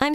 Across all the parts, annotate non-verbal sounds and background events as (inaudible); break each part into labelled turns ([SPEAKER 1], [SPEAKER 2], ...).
[SPEAKER 1] I'm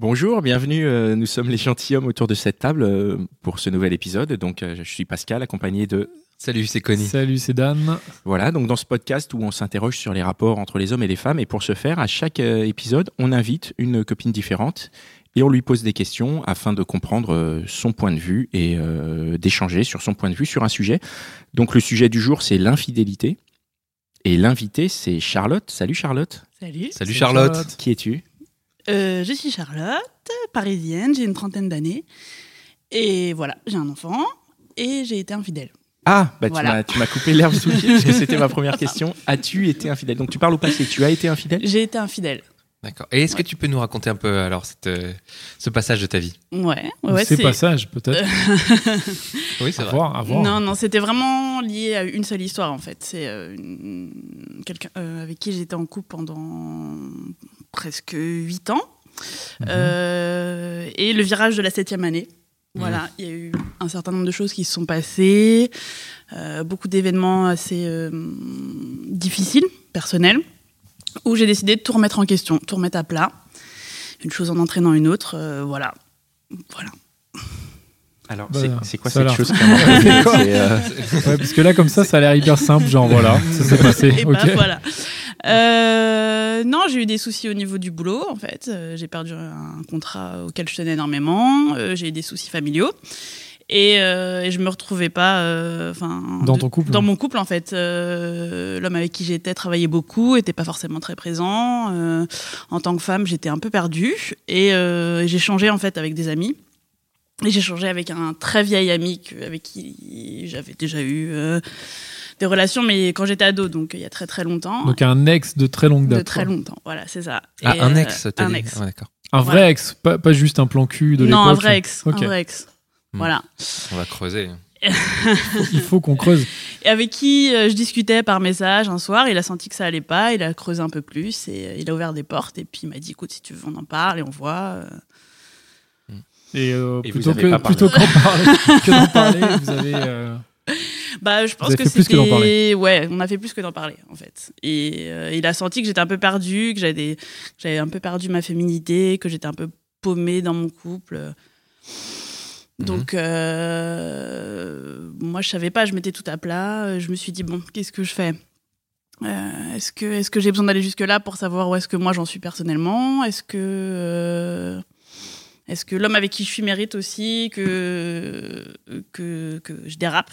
[SPEAKER 2] Bonjour, bienvenue. euh, Nous sommes les gentilshommes autour de cette table euh, pour ce nouvel épisode. Donc, euh, je suis Pascal, accompagné de.
[SPEAKER 3] Salut, c'est Connie.
[SPEAKER 4] Salut, c'est Dan.
[SPEAKER 2] Voilà, donc dans ce podcast où on s'interroge sur les rapports entre les hommes et les femmes. Et pour ce faire, à chaque euh, épisode, on invite une copine différente et on lui pose des questions afin de comprendre euh, son point de vue et euh, d'échanger sur son point de vue sur un sujet. Donc, le sujet du jour, c'est l'infidélité. Et l'invité, c'est Charlotte. Salut Charlotte.
[SPEAKER 5] Salut,
[SPEAKER 3] Salut Charlotte.
[SPEAKER 2] Qui es-tu
[SPEAKER 5] Euh, je suis Charlotte, parisienne, j'ai une trentaine d'années. Et voilà, j'ai un enfant et j'ai été infidèle.
[SPEAKER 2] Ah, bah tu
[SPEAKER 5] Voilà.
[SPEAKER 2] m'as- tu m'as coupé l'herbe sous le pied parce que c'était ma première question. (laughs) As-tu été infidèle Donc tu parles au passé, tu as été infidèle
[SPEAKER 5] J'ai été infidèle.
[SPEAKER 3] D'accord. Et est-ce que tu peux nous raconter un peu alors cette, euh, ce passage de ta vie
[SPEAKER 5] Ouais, ouais, Euh,
[SPEAKER 4] c'est passage, peut-être.
[SPEAKER 3] Oui, c'est
[SPEAKER 4] À voir, à voir.
[SPEAKER 5] Non, non, c'était vraiment lié à une seule histoire en fait. C'est euh, une- quelqu'un euh, avec qui j'étais en couple pendant presque 8 ans. Euh, et le virage de la septième année. Voilà, il y a eu un certain nombre de choses qui se sont passées, euh, beaucoup d'événements assez euh, difficiles, personnels, où j'ai décidé de tout remettre en question, tout remettre à plat. Une chose en entraînant une autre, euh, voilà. Voilà.
[SPEAKER 2] Alors,
[SPEAKER 4] Bah,
[SPEAKER 2] c'est- c'est quoi
[SPEAKER 4] ça
[SPEAKER 2] cette
[SPEAKER 4] a l'air-
[SPEAKER 2] chose qui a marqué (laughs)
[SPEAKER 4] C'est quoi
[SPEAKER 2] C'est, euh,
[SPEAKER 4] Ouais, parce que là, comme ça, ça a l'air hyper simple.
[SPEAKER 2] (laughs)
[SPEAKER 4] Genre, voilà, ça s'est passé.
[SPEAKER 5] Et
[SPEAKER 4] ok.
[SPEAKER 5] bah, voilà. Euh, non, j'ai eu des soucis au niveau du boulot, en fait. Euh, j'ai perdu un contrat auquel je tenais énormément. Euh, j'ai eu des soucis familiaux. Et, euh, et je me retrouvais pas. euh, enfin,
[SPEAKER 4] Dans
[SPEAKER 5] de-
[SPEAKER 4] ton couple hein.
[SPEAKER 5] Dans mon couple, en fait. Euh, L'homme avec qui j'étais travaillait beaucoup, était pas forcément très présent. Euh, en tant que femme, j'étais un peu perdue. Et euh, j'ai changé, en fait, avec des amis. Et j'ai changé avec un très vieil ami que- avec qui j'avais déjà eu euh, des relations, mais quand j'étais ado, donc il y a très très longtemps.
[SPEAKER 4] Donc, un ex de très longue
[SPEAKER 5] de
[SPEAKER 4] date.
[SPEAKER 5] très
[SPEAKER 4] quoi.
[SPEAKER 5] longtemps, voilà, c'est ça.
[SPEAKER 3] Ah,
[SPEAKER 5] Et,
[SPEAKER 3] un
[SPEAKER 5] euh,
[SPEAKER 3] ex, t'as
[SPEAKER 5] un
[SPEAKER 3] dit.
[SPEAKER 5] ex.
[SPEAKER 3] Ah, d'accord.
[SPEAKER 4] Un vrai
[SPEAKER 5] Voilà.
[SPEAKER 4] ex, pas, pas juste un plan cul de l'époque.
[SPEAKER 5] non, un vrai ex.
[SPEAKER 4] Ok.
[SPEAKER 5] Un vrai ex.
[SPEAKER 3] hein. Hmm.
[SPEAKER 5] Voilà.
[SPEAKER 3] On va creuser.
[SPEAKER 4] Il faut qu'on creuse.
[SPEAKER 5] Et avec qui euh, je discutais par message un soir, il a senti que ça allait pas, il a creusé un peu plus et euh, il a ouvert des portes et puis il m'a dit écoute, si tu veux, on en parle et on voit. euh.
[SPEAKER 4] Et, euh,
[SPEAKER 2] Et vous
[SPEAKER 4] plutôt
[SPEAKER 2] avez
[SPEAKER 4] que
[SPEAKER 2] pas parlé.
[SPEAKER 4] plutôt
[SPEAKER 5] (laughs)
[SPEAKER 4] qu'en parler, que d'en parler, vous avez. euh,
[SPEAKER 5] Bah, je pense
[SPEAKER 4] avez
[SPEAKER 5] que
[SPEAKER 4] fait plus
[SPEAKER 5] c'était.
[SPEAKER 4] que d'en parler.
[SPEAKER 5] Ouais, on a fait plus que d'en parler en fait. Et euh, il a senti que j'étais un peu perdue, que j'avais des- que j'avais un peu perdu ma féminité, que j'étais un peu paumée dans mon couple. Donc,
[SPEAKER 4] Mhm.
[SPEAKER 5] euh, moi, je savais pas, je mettais tout à plat. euh, Je me suis dit, bon, qu'est-ce que je fais Euh, Est-ce que, est que j'ai besoin d'aller jusque-là pour savoir où est-ce que moi j'en suis personnellement Est-ce que, euh, est-ce que l'homme avec qui je suis mérite aussi que, que, que je dérape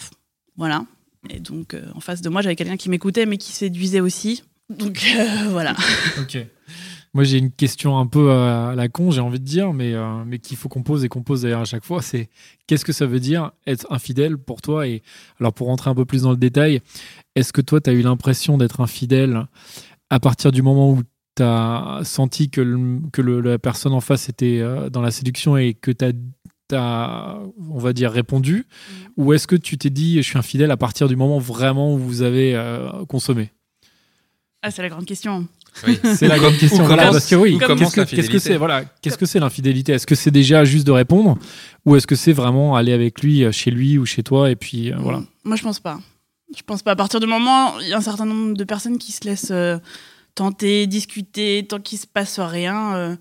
[SPEAKER 5] Voilà. Et donc, euh, en face de moi, j'avais quelqu'un qui m'écoutait, mais qui séduisait aussi. Donc, euh, (laughs) voilà.
[SPEAKER 4] (laughs) Ok. Moi, j'ai une question un peu à la con, j'ai envie de dire, mais, euh, mais qu'il faut qu'on pose et qu'on pose d'ailleurs à chaque fois. C'est qu'est-ce que ça veut dire être infidèle pour toi Et alors, pour rentrer un peu plus dans le détail, est-ce que toi, tu as eu l'impression d'être infidèle à partir du moment où tu as senti que, le- que le- la personne en face était euh, dans la séduction et que tu as, on va dire, répondu Ou est-ce que tu t'es dit, je suis infidèle à partir du moment vraiment où vous avez euh, consommé
[SPEAKER 5] Ah, c'est la grande question.
[SPEAKER 3] Oui.
[SPEAKER 4] c'est la grande question.
[SPEAKER 3] Ou
[SPEAKER 4] Voilà,
[SPEAKER 3] commence-
[SPEAKER 4] parce que oui,
[SPEAKER 3] ou
[SPEAKER 4] qu'est-ce
[SPEAKER 3] commence
[SPEAKER 4] que-
[SPEAKER 3] l'infidélité.
[SPEAKER 4] qu'est-ce que c'est voilà, Qu'est-ce que c'est l'infidélité Est-ce que c'est déjà juste de répondre Ou est-ce que c'est vraiment aller avec lui euh, chez lui ou chez toi Et puis euh, voilà.
[SPEAKER 5] Moi, je pense pas. Je pense pas. À partir du moment, il y a un certain nombre de personnes qui se laissent euh, tenter, discuter, tant qu'il se passe rien. euh,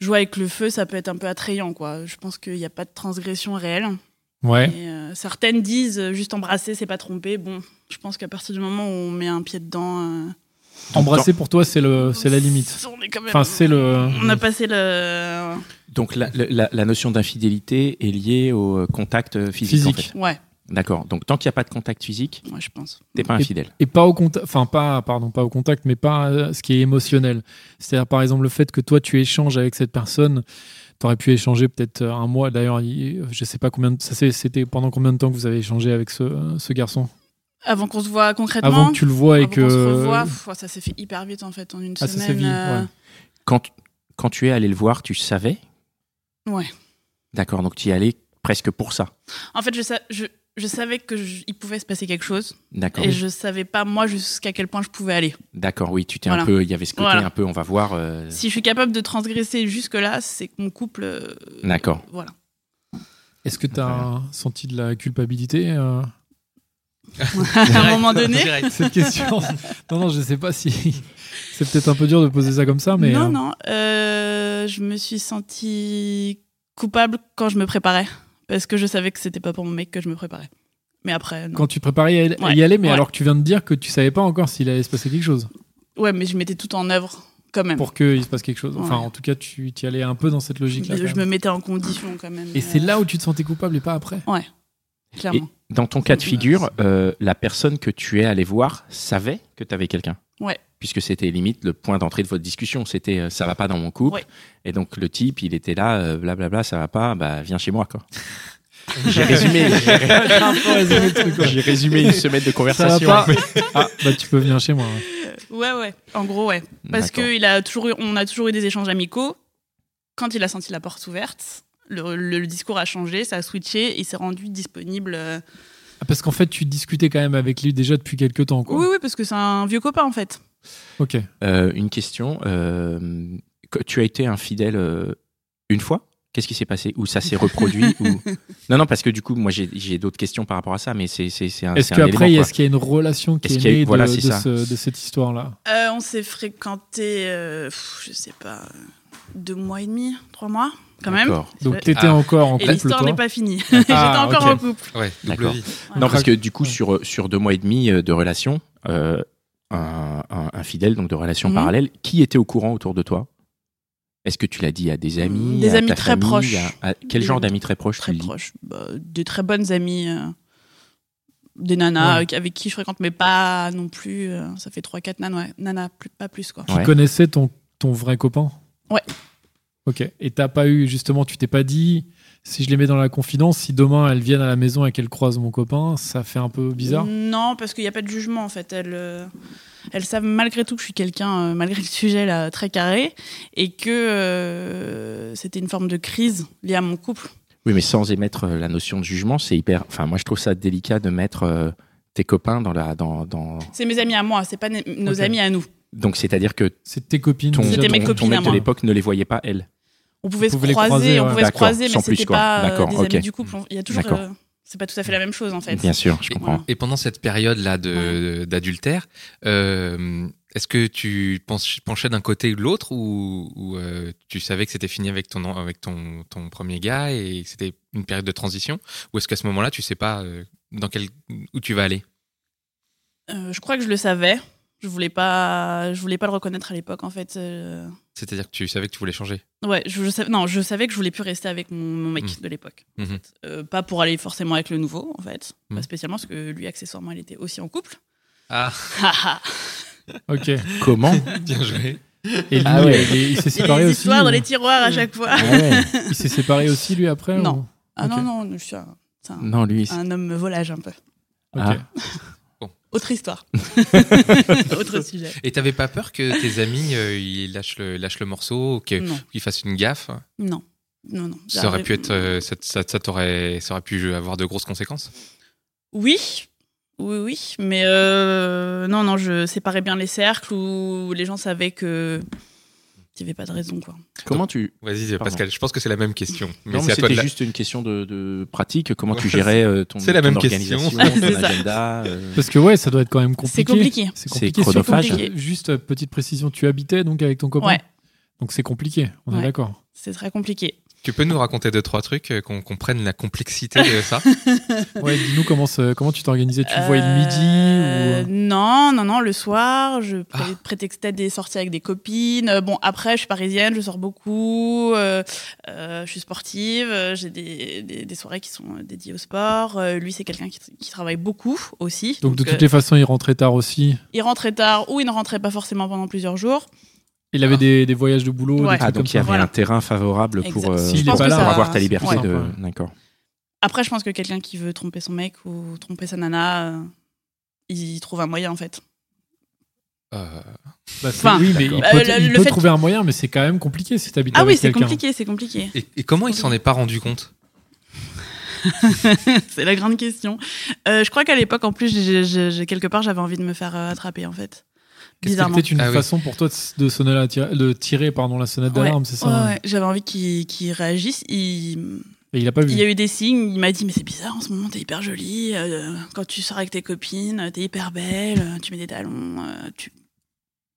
[SPEAKER 5] jouer avec le feu, ça peut être un peu attrayant, quoi. Je pense qu'il n'y a pas de transgression réelle.
[SPEAKER 4] Ouais.
[SPEAKER 5] Et, euh, certaines disent euh, juste embrasser, c'est pas tromper. Bon, je pense qu'à partir du moment où on met un pied dedans, euh,
[SPEAKER 4] Embrasser pour toi, c'est le, c'est la limite.
[SPEAKER 5] On est quand même-
[SPEAKER 4] Enfin, c'est le.
[SPEAKER 5] On a passé le.
[SPEAKER 2] Donc la, la- la notion d'infidélité est liée au euh, contact euh, physique. en
[SPEAKER 4] Physique.
[SPEAKER 2] fait.
[SPEAKER 5] Ouais,
[SPEAKER 2] D'accord. Donc tant qu'il n'y a pas de contact physique,
[SPEAKER 5] moi je pense.
[SPEAKER 2] t'es pas infidèle.
[SPEAKER 4] Et pas au contact, enfin pas, pardon, pas au contact, mais pas euh, ce qui est émotionnel. C'est-à-dire par exemple le fait que toi tu échanges avec cette personne, t'aurais pu échanger peut-être euh, un mois. D'ailleurs, il- je sais pas combien. De, ça c'est- c'était pendant combien de temps que vous avez échangé avec ce, euh, ce garçon
[SPEAKER 5] Avant qu'on se voit concrètement.
[SPEAKER 4] Avant que tu le vois et
[SPEAKER 5] avant qu'on se
[SPEAKER 4] que
[SPEAKER 5] revoie, pff, ça s'est fait hyper vite en fait en une
[SPEAKER 4] Ah, ça
[SPEAKER 5] semaine.
[SPEAKER 4] s'est vite,
[SPEAKER 5] euh,
[SPEAKER 4] ouais.
[SPEAKER 2] Quand, quand tu es allé le voir, tu savais
[SPEAKER 5] Ouais.
[SPEAKER 2] D'accord, donc tu y allais presque pour ça.
[SPEAKER 5] En fait, je, sa- je, je savais qu'il pouvait se passer quelque chose
[SPEAKER 2] D'accord.
[SPEAKER 5] et je savais pas, moi, jusqu'à quel point je pouvais aller.
[SPEAKER 2] D'accord, oui, tu t'es un
[SPEAKER 5] Voilà.
[SPEAKER 2] peu. Il y avait ce côté
[SPEAKER 5] Voilà.
[SPEAKER 2] un peu, on va voir. euh,
[SPEAKER 5] Si je suis capable de transgresser jusque-là, c'est que mon couple. euh,
[SPEAKER 2] D'accord. (laughs)
[SPEAKER 5] Voilà.
[SPEAKER 4] Est-ce que tu as
[SPEAKER 2] Voilà.
[SPEAKER 4] senti de la culpabilité euh,
[SPEAKER 5] (laughs) à un moment donné.
[SPEAKER 3] (laughs) Direct.
[SPEAKER 4] Cette
[SPEAKER 5] (laughs)
[SPEAKER 4] question. non, non, je sais pas si. (laughs) C'est peut-être un peu dur de poser ça comme ça, mais.
[SPEAKER 5] non,
[SPEAKER 4] euh,
[SPEAKER 5] non. euh, je me suis sentie coupable quand je me préparais. Parce que je savais que c'était pas pour mon mec que je me préparais. Mais après, non.
[SPEAKER 4] Quand tu préparais à y- à y
[SPEAKER 5] Ouais,
[SPEAKER 4] aller, mais
[SPEAKER 5] ouais.
[SPEAKER 4] alors que tu viens de dire que tu savais pas encore s'il allait se passer quelque chose.
[SPEAKER 5] Ouais, mais je mettais tout en œuvre quand même.
[SPEAKER 4] Pour qu'il se passe quelque chose. Enfin,
[SPEAKER 5] Ouais.
[SPEAKER 4] en tout cas, tu y allais un peu dans cette logique-là.
[SPEAKER 5] je
[SPEAKER 4] quand
[SPEAKER 5] me
[SPEAKER 4] même.
[SPEAKER 5] mettais en condition quand même.
[SPEAKER 4] Et c'est
[SPEAKER 5] euh,
[SPEAKER 4] là où tu te sentais coupable et pas après.
[SPEAKER 5] Clairement.
[SPEAKER 2] Dans ton cas de figure, euh, la personne que tu es allé voir savait que tu avais quelqu'un.
[SPEAKER 5] Ouais.
[SPEAKER 2] Puisque c'était limite le point d'entrée de votre discussion. C'était euh, ça va pas dans mon couple.
[SPEAKER 5] Ouais.
[SPEAKER 2] Et donc le type, il était là, euh, blablabla, ça va pas, bah viens chez moi quoi.
[SPEAKER 4] (laughs)
[SPEAKER 2] j'ai résumé, (laughs) j'ai
[SPEAKER 4] Faut
[SPEAKER 2] (laughs)
[SPEAKER 4] résumer le truc, quoi.
[SPEAKER 2] j'ai résumé une semaine de
[SPEAKER 4] Ça va
[SPEAKER 2] conversation.
[SPEAKER 4] pas. Ah, bah tu peux venir chez moi. ouais.
[SPEAKER 5] Ouais, ouais. En gros, ouais. Parce
[SPEAKER 2] D'accord.
[SPEAKER 5] que il a toujours eu- on a toujours eu des échanges amicaux. Quand il a senti la porte ouverte, le, le- le discours a changé, ça a switché, il s'est rendu disponible. euh,
[SPEAKER 4] Ah, Parce qu'en fait, tu discutais quand même avec lui déjà depuis quelques temps, quoi.
[SPEAKER 5] Oui, oui, parce que c'est un vieux copain en fait.
[SPEAKER 4] Ok.
[SPEAKER 2] Euh, une question. euh, que- tu as été infidèle euh, une fois Qu'est-ce qui s'est passé Ou ça s'est reproduit ou... Non, non, parce que du coup, moi, j'ai- j'ai d'autres questions par rapport à ça, mais c'est c'est- c'est un.
[SPEAKER 4] Est-ce
[SPEAKER 2] c'est un
[SPEAKER 4] qu'après,
[SPEAKER 2] élément, quoi.
[SPEAKER 4] est-ce qu'il y a une relation qui
[SPEAKER 2] Est-ce
[SPEAKER 4] est,
[SPEAKER 2] qu'il y a eu-
[SPEAKER 4] née de-
[SPEAKER 2] voilà,
[SPEAKER 4] de,
[SPEAKER 2] c'est ça.
[SPEAKER 4] ce- de cette histoire-là
[SPEAKER 5] Euh, on s'est fréquenté, euh, pff, je sais pas, euh, deux mois et demi, trois mois quand même.
[SPEAKER 2] D'accord.
[SPEAKER 4] Donc
[SPEAKER 5] Ouais.
[SPEAKER 4] t'étais
[SPEAKER 3] Ah.
[SPEAKER 4] encore en
[SPEAKER 5] Et
[SPEAKER 4] couple,
[SPEAKER 5] l'histoire
[SPEAKER 4] toi
[SPEAKER 5] n'est pas finie.
[SPEAKER 4] Ah,
[SPEAKER 5] (laughs) J'étais encore
[SPEAKER 4] ok.
[SPEAKER 5] en couple.
[SPEAKER 3] Ouais, double
[SPEAKER 2] D'accord.
[SPEAKER 3] vie.
[SPEAKER 2] Non, parce que du coup,
[SPEAKER 4] Ouais.
[SPEAKER 2] sur, euh, sur deux mois et demi euh, de relation, euh, un, un- un fidèle, donc de relation
[SPEAKER 5] Mhm.
[SPEAKER 2] parallèle, qui était au courant autour de toi Est-ce que tu l'as dit à des amis
[SPEAKER 5] Des
[SPEAKER 2] à
[SPEAKER 5] amis
[SPEAKER 2] ta
[SPEAKER 5] très
[SPEAKER 2] famille,
[SPEAKER 5] proches.
[SPEAKER 2] à- à- Quel
[SPEAKER 5] Des
[SPEAKER 2] genre
[SPEAKER 5] amis
[SPEAKER 2] d'amis très proches
[SPEAKER 5] Très
[SPEAKER 2] tu le dis
[SPEAKER 5] proche. Bah, des très bonnes amies. euh, Des nanas
[SPEAKER 4] Ouais.
[SPEAKER 5] euh, avec qui je fréquente, mais pas non plus. euh, ça fait 3-4 nanas, ouais. nanas plus- pas plus quoi.
[SPEAKER 4] Tu
[SPEAKER 2] Ouais.
[SPEAKER 4] connaissais ton, ton vrai copain
[SPEAKER 5] Ouais.
[SPEAKER 4] Ok. Et t'as pas eu, justement, tu t'es pas dit, si je les mets dans la confidence, si demain elles viennent à la maison et qu'elles croisent mon copain, ça fait un peu bizarre
[SPEAKER 5] Non, parce qu'il n'y a pas de jugement en fait. Elles, euh, elles savent malgré tout que je suis quelqu'un, euh, malgré le sujet là, très carré, et que euh, c'était une forme de crise liée à mon couple.
[SPEAKER 2] Oui, mais sans émettre euh, la notion de jugement, c'est hyper. Enfin, moi, je trouve ça délicat de mettre euh, tes copains dans la. Dans, dans...
[SPEAKER 5] C'est mes amis à moi, c'est pas n- nos
[SPEAKER 4] Ok.
[SPEAKER 5] amis à nous.
[SPEAKER 2] Donc, c'est-à-dire que
[SPEAKER 4] C'est tes copines.
[SPEAKER 2] ton,
[SPEAKER 4] déjà,
[SPEAKER 5] C'était
[SPEAKER 2] ton,
[SPEAKER 5] mes
[SPEAKER 4] donc-
[SPEAKER 2] ton
[SPEAKER 5] copines à
[SPEAKER 2] mec de
[SPEAKER 5] moi.
[SPEAKER 2] l'époque ne les voyait pas, elle.
[SPEAKER 5] On pouvait
[SPEAKER 4] Vous
[SPEAKER 5] se
[SPEAKER 4] pouvez les
[SPEAKER 5] croiser,
[SPEAKER 4] croiser,
[SPEAKER 5] on
[SPEAKER 4] ouais.
[SPEAKER 5] pouvait se
[SPEAKER 2] D'accord,
[SPEAKER 5] croiser, mais
[SPEAKER 2] sans plus,
[SPEAKER 5] c'était
[SPEAKER 2] quoi.
[SPEAKER 5] pas euh,
[SPEAKER 2] D'accord,
[SPEAKER 5] des
[SPEAKER 2] ok.
[SPEAKER 5] amis du couple. On- Il y a toujours,
[SPEAKER 2] D'accord.
[SPEAKER 5] euh, c'est pas tout à fait la même chose en fait.
[SPEAKER 2] Bien sûr, je
[SPEAKER 3] Et-
[SPEAKER 2] comprends.
[SPEAKER 3] Et pendant cette période-là de- d'adultère, euh, est-ce que tu penches- penchais d'un côté ou de l'autre ou, ou, euh, tu savais que c'était fini avec ton en- avec ton, ton premier gars et que c'était une période de transition ou est-ce qu'à ce moment-là tu sais pas euh, dans quel où tu vas aller
[SPEAKER 5] Euh, je crois que je le savais. Je voulais pas, je voulais pas le reconnaître à l'époque en fait. euh,
[SPEAKER 3] C'est-à-dire que tu savais que tu voulais changer.
[SPEAKER 5] Ouais, je, je savais, non, je savais que je voulais plus rester avec mon, mon mec de l'époque. en
[SPEAKER 3] Mhm.
[SPEAKER 5] fait. Euh, pas pour aller forcément avec le nouveau, en fait. Pas
[SPEAKER 3] Mhm.
[SPEAKER 5] spécialement, parce que lui, accessoirement, il était aussi en couple. (laughs)
[SPEAKER 3] Ah, (laughs)
[SPEAKER 4] Ok.
[SPEAKER 2] (laughs)
[SPEAKER 5] (laughs)
[SPEAKER 2] Comment
[SPEAKER 3] bien joué.
[SPEAKER 4] Et lui,
[SPEAKER 2] Ah ouais.
[SPEAKER 4] il est- il s'est
[SPEAKER 5] Il y
[SPEAKER 4] séparé
[SPEAKER 5] a des
[SPEAKER 4] aussi. euh.
[SPEAKER 5] histoires
[SPEAKER 4] ou-
[SPEAKER 5] dans les tiroirs à chaque fois.
[SPEAKER 2] Ah ouais.
[SPEAKER 4] Il s'est séparé aussi, lui, après
[SPEAKER 5] Non.
[SPEAKER 4] ou-
[SPEAKER 5] Ah
[SPEAKER 4] Ok.
[SPEAKER 5] non, non, je suis un, c'est un,
[SPEAKER 2] Non, lui. c'est-
[SPEAKER 5] un homme volage un peu.
[SPEAKER 4] Ok.
[SPEAKER 2] Ah.
[SPEAKER 4] (laughs)
[SPEAKER 5] Autre histoire. Autre sujet.
[SPEAKER 3] Et t'avais pas peur que tes amis euh, ils lâchent le lâchent le morceau ou que-
[SPEAKER 5] Non, Bah,
[SPEAKER 3] qu'ils fassent une gaffe
[SPEAKER 5] non, non, non.
[SPEAKER 3] Ça aurait pu être euh, ça, ça- ça t'aurait ça aurait pu avoir de grosses conséquences.
[SPEAKER 5] Oui, oui, oui, mais euh, non, non, je séparais bien les cercles où les gens savaient que il n'y avait pas de raison, quoi.
[SPEAKER 2] Comment tu.
[SPEAKER 3] Vas-y euh,
[SPEAKER 2] Pardon.
[SPEAKER 3] Pascal, je pense que c'est la même question. Mais
[SPEAKER 2] Non,
[SPEAKER 3] c'est
[SPEAKER 2] mais
[SPEAKER 3] à toi de
[SPEAKER 2] c'était
[SPEAKER 3] la-
[SPEAKER 2] juste une question de, de pratique. Comment tu
[SPEAKER 3] Ouais,
[SPEAKER 2] gérais euh, ton,
[SPEAKER 3] c'est la
[SPEAKER 2] ton
[SPEAKER 3] même question.
[SPEAKER 2] organisation, (laughs)
[SPEAKER 5] C'est
[SPEAKER 2] ton
[SPEAKER 5] ça.
[SPEAKER 2] agenda euh,
[SPEAKER 4] Parce que, ouais, ça doit être quand même compliqué.
[SPEAKER 5] C'est compliqué.
[SPEAKER 4] C'est
[SPEAKER 2] C'est
[SPEAKER 4] compliqué. surtout
[SPEAKER 2] chronophage.
[SPEAKER 4] que- Juste euh, petite précision, tu habitais donc avec ton copain
[SPEAKER 5] Ouais.
[SPEAKER 4] Donc c'est compliqué, on est
[SPEAKER 5] Ouais.
[SPEAKER 4] d'accord.
[SPEAKER 5] C'est très compliqué.
[SPEAKER 3] Tu peux nous raconter deux, trois trucs, euh, qu'on comprenne la complexité de ça
[SPEAKER 4] Ouais, dis-nous comment, ce- comment tu t'organisais. Tu voyais le midi
[SPEAKER 5] Euh,
[SPEAKER 4] ou... Ah.
[SPEAKER 5] Non, non, non, le soir, je pré- prétextais des sorties avec des copines. Euh, Bon, après, je suis parisienne, je sors beaucoup, euh, euh, je suis sportive, euh, j'ai des, des, des soirées qui sont dédiées au sport. Euh, lui, c'est quelqu'un qui, qui travaille beaucoup aussi.
[SPEAKER 4] Donc, de
[SPEAKER 5] euh,
[SPEAKER 4] toutes les façons, il rentrait tard aussi.
[SPEAKER 5] Il rentrait tard ou il ne rentrait pas forcément pendant plusieurs jours.
[SPEAKER 4] Il avait des, des voyages de boulot,
[SPEAKER 5] Ah. Ouais.
[SPEAKER 4] des trucs
[SPEAKER 2] Ah, donc il y
[SPEAKER 4] comme
[SPEAKER 2] avait
[SPEAKER 4] ça.
[SPEAKER 5] Voilà.
[SPEAKER 2] un terrain favorable pour,
[SPEAKER 5] Exact.
[SPEAKER 2] euh,
[SPEAKER 4] S'il est
[SPEAKER 2] pour
[SPEAKER 4] pas là,
[SPEAKER 2] avoir ta
[SPEAKER 5] ça-
[SPEAKER 2] liberté
[SPEAKER 4] ouais.
[SPEAKER 2] de. D'accord.
[SPEAKER 5] Après, je pense que quelqu'un qui veut tromper son mec ou tromper sa nana, euh, il trouve un moyen en fait.
[SPEAKER 3] euh,
[SPEAKER 4] Bah, c'est-
[SPEAKER 5] Enfin,
[SPEAKER 4] oui, mais il
[SPEAKER 5] Bah,
[SPEAKER 4] peut,
[SPEAKER 5] le-
[SPEAKER 4] il
[SPEAKER 5] le
[SPEAKER 4] peut
[SPEAKER 5] fait-
[SPEAKER 4] trouver un moyen, mais c'est quand même compliqué si t'habites
[SPEAKER 5] Ah
[SPEAKER 4] avec
[SPEAKER 5] oui, c'est
[SPEAKER 4] quelqu'un.
[SPEAKER 5] compliqué, c'est compliqué. (laughs)
[SPEAKER 3] et, et comment il s'en est pas rendu compte
[SPEAKER 5] c'est la grande question. Euh, je crois qu'à l'époque, en plus, j'ai- j'ai- j'ai- quelque part, j'avais envie de me faire euh, attraper, en fait.
[SPEAKER 3] Qu'est-ce
[SPEAKER 4] C'est
[SPEAKER 5] Bizarrement.
[SPEAKER 4] peut-être une
[SPEAKER 3] Ah oui.
[SPEAKER 4] façon pour toi de, de sonner la tira- de tirer pardon, la sonnette
[SPEAKER 5] Ouais.
[SPEAKER 4] d'alarme, c'est ça hein.
[SPEAKER 5] Ouais, ouais, J'avais envie qu'il qu'il réagisse. Il...
[SPEAKER 4] Et il a pas vu.
[SPEAKER 5] il y a eu des signes. Il m'a dit Mais c'est bizarre, en ce moment, t'es hyper jolie. euh, quand tu sors avec tes copines, euh, t'es hyper belle. euh, Tu mets des talons. euh, tu...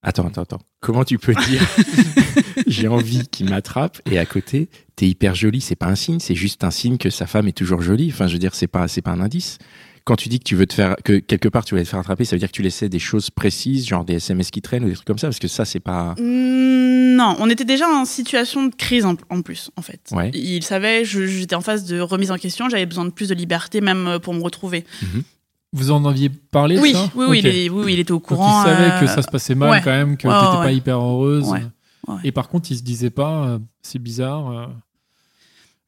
[SPEAKER 2] Attends, attends, attends. Comment tu peux dire (laughs) j'ai envie qu'il m'attrape et à côté, t'es hyper jolie, c'est pas un signe, c'est juste un signe que sa femme est toujours jolie. Enfin, je veux dire, c'est pas, c'est pas un indice. Quand tu dis que tu veux te faire, que quelque part tu veux te faire attraper, ça veut dire que tu laissais des choses précises, genre des SMS qui traînent ou des trucs comme ça, parce que ça, c'est pas.
[SPEAKER 5] Mm, Non, on était déjà en situation de crise en, en plus, en fait.
[SPEAKER 2] Ouais.
[SPEAKER 5] Il savait, je- j'étais en phase de remise en question, j'avais besoin de plus de liberté, même euh, pour me retrouver.
[SPEAKER 4] Vous en aviez parlé
[SPEAKER 5] Oui,
[SPEAKER 4] de ça
[SPEAKER 5] oui, oui,
[SPEAKER 4] Ok.
[SPEAKER 5] il est- oui, oui, il était au
[SPEAKER 4] Donc,
[SPEAKER 5] courant.
[SPEAKER 4] il savait que
[SPEAKER 5] euh,
[SPEAKER 4] ça se passait mal
[SPEAKER 5] ouais.
[SPEAKER 4] quand même, que
[SPEAKER 5] Ouais,
[SPEAKER 4] t'étais
[SPEAKER 5] ouais,
[SPEAKER 4] pas
[SPEAKER 5] ouais.
[SPEAKER 4] hyper heureuse.
[SPEAKER 5] Ouais, ouais.
[SPEAKER 4] Et par contre, il se disait pas, euh, c'est bizarre, euh,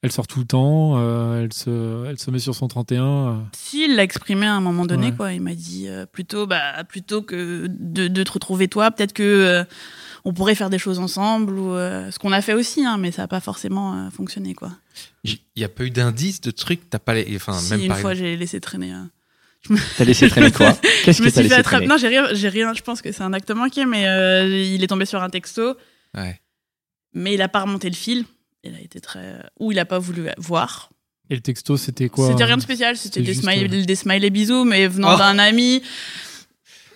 [SPEAKER 4] elle sort tout le temps, euh, elle, se, elle se met sur son 31. euh.
[SPEAKER 5] Si, il l'a exprimé à un moment donné,
[SPEAKER 4] Ouais.
[SPEAKER 5] quoi. Il m'a dit euh, plutôt, bah, plutôt que de, de te retrouver toi, peut-être que euh, on pourrait faire des choses ensemble ou euh, ce qu'on a fait aussi, hein, mais ça n'a pas forcément euh, fonctionné, quoi.
[SPEAKER 3] Il n'y a pas eu d'indice, de truc, t'as pas les.
[SPEAKER 2] Ah,
[SPEAKER 3] Enfin,
[SPEAKER 5] si
[SPEAKER 3] même
[SPEAKER 5] une
[SPEAKER 3] par
[SPEAKER 5] fois
[SPEAKER 3] exemple-
[SPEAKER 5] j'ai laissé traîner. euh,
[SPEAKER 2] T'as laissé (laughs) traîner quoi Qu'est-ce
[SPEAKER 5] Je
[SPEAKER 2] que
[SPEAKER 5] me
[SPEAKER 2] t'as
[SPEAKER 5] suis fait
[SPEAKER 2] laissé
[SPEAKER 5] attraper.
[SPEAKER 2] traîner
[SPEAKER 5] Non, j'ai rien, j'ai rien. Je pense que c'est un acte manqué, mais euh, il est tombé sur un texto,
[SPEAKER 3] Ouais.
[SPEAKER 5] mais il a pas remonté le fil. Il a été très, ou il a pas voulu voir.
[SPEAKER 4] Et le texto, c'était quoi
[SPEAKER 5] C'était
[SPEAKER 4] euh, (laughs)
[SPEAKER 5] rien de spécial.
[SPEAKER 4] c'est
[SPEAKER 5] C'était des,
[SPEAKER 4] juste, euh, Ah.
[SPEAKER 5] smileys- des smileys bisous, mais venant
[SPEAKER 3] Oh.
[SPEAKER 5] d'un ami.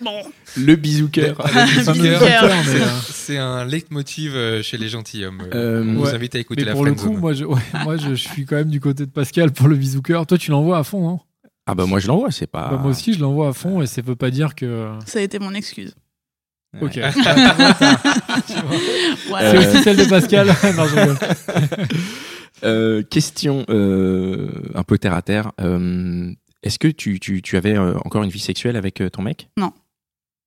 [SPEAKER 5] Bon,
[SPEAKER 2] Le bisou cœur.
[SPEAKER 4] le fameux
[SPEAKER 3] Bigger.
[SPEAKER 4] Bigger, mais,
[SPEAKER 3] C'est
[SPEAKER 4] euh,
[SPEAKER 3] un- C'est un leitmotiv euh, chez les gentilshommes.
[SPEAKER 2] Euh,
[SPEAKER 3] Euh, on
[SPEAKER 4] ouais.
[SPEAKER 3] vous invite à écouter
[SPEAKER 4] Mais
[SPEAKER 3] la
[SPEAKER 4] pour le
[SPEAKER 3] friendzone.
[SPEAKER 4] coup, moi, je, ouais, moi je, je suis quand même du côté de Pascal pour le bisou cœur. Toi, tu l'envoies à fond, hein
[SPEAKER 2] Ah bah moi je l'envoie, c'est pas.
[SPEAKER 4] Bah, Moi aussi, je l'envoie à fond et ça veut pas dire que.
[SPEAKER 5] ça a été mon excuse.
[SPEAKER 2] Ouais.
[SPEAKER 4] Ok.
[SPEAKER 5] Voilà.
[SPEAKER 4] C'est
[SPEAKER 5] (laughs)
[SPEAKER 2] Euh,
[SPEAKER 4] aussi celle de Pascal. (laughs) non, je rigole.
[SPEAKER 2] (laughs) Euh, question euh, un peu terre à terre. Euh, Est-ce que tu, tu, tu avais euh, encore une vie sexuelle avec euh, ton mec
[SPEAKER 5] Non.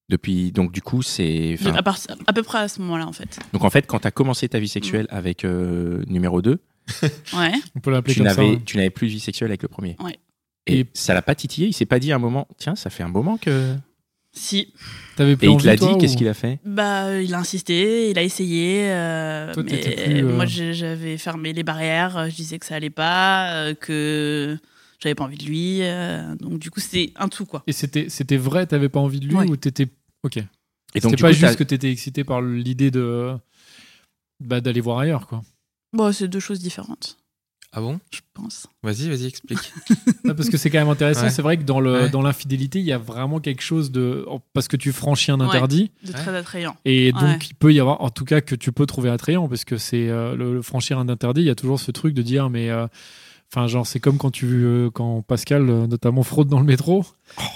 [SPEAKER 2] Depuis, donc du coup, c'est.
[SPEAKER 5] De-
[SPEAKER 2] enfin,
[SPEAKER 5] à, part- à peu près à ce moment-là, en fait.
[SPEAKER 2] Donc en fait, quand tu as commencé ta vie sexuelle
[SPEAKER 5] Mm.
[SPEAKER 2] avec euh, numéro 2,
[SPEAKER 5] Ouais.
[SPEAKER 4] On peut l'appeler
[SPEAKER 2] tu
[SPEAKER 4] comme ça.
[SPEAKER 2] n'avais
[SPEAKER 4] hein.
[SPEAKER 2] tu n'avais plus de vie sexuelle avec le premier.
[SPEAKER 5] Ouais.
[SPEAKER 2] Et,
[SPEAKER 4] Et-
[SPEAKER 2] ça l'a pas titillé, il s'est pas dit à un moment, tiens, ça fait un moment que.
[SPEAKER 5] Si.
[SPEAKER 4] T'avais
[SPEAKER 2] Et
[SPEAKER 4] plus
[SPEAKER 2] il te l'a
[SPEAKER 4] envie,
[SPEAKER 2] dit,
[SPEAKER 4] toi,
[SPEAKER 2] qu'est-ce
[SPEAKER 4] ou-
[SPEAKER 2] qu'il a fait
[SPEAKER 5] Bah, euh, il a insisté, il a essayé. euh,
[SPEAKER 4] Toi, t'étais
[SPEAKER 5] mais
[SPEAKER 4] plus, euh,
[SPEAKER 5] moi, j'ai- j'avais fermé les barrières. euh, Je disais que ça allait pas, euh, que j'avais pas envie de lui. euh, donc, du coup, c'est un tout, quoi.
[SPEAKER 4] Et c'était, c'était vrai, t'avais pas envie de lui
[SPEAKER 5] Ouais.
[SPEAKER 4] ou t'étais. Ok.
[SPEAKER 2] Et donc
[SPEAKER 4] C'était
[SPEAKER 2] du
[SPEAKER 4] pas
[SPEAKER 2] coup,
[SPEAKER 4] juste
[SPEAKER 2] t'as-
[SPEAKER 4] que t'étais excité par l'idée de. Bah, d'aller voir ailleurs, quoi.
[SPEAKER 5] Bon, c'est deux choses différentes,
[SPEAKER 3] Ah bon
[SPEAKER 5] je pense.
[SPEAKER 3] Vas-y, vas-y, explique.
[SPEAKER 4] Non, Ah, parce que c'est quand même intéressant.
[SPEAKER 3] (laughs) Ouais.
[SPEAKER 4] C'est vrai que dans, le,
[SPEAKER 3] Ouais.
[SPEAKER 4] dans l'infidélité, il y a vraiment quelque chose de. Parce que tu franchis un interdit.
[SPEAKER 5] De
[SPEAKER 3] Ouais.
[SPEAKER 5] très attrayant.
[SPEAKER 4] Et donc,
[SPEAKER 5] Ouais.
[SPEAKER 4] il peut y avoir, en tout cas, que tu peux trouver attrayant, parce que c'est euh, le, le franchir un interdit. Il y a toujours ce truc de dire, mais. euh, Enfin, genre, c'est comme quand tu, euh, quand Pascal, euh, notamment, fraude dans
[SPEAKER 2] (laughs)
[SPEAKER 4] le métro.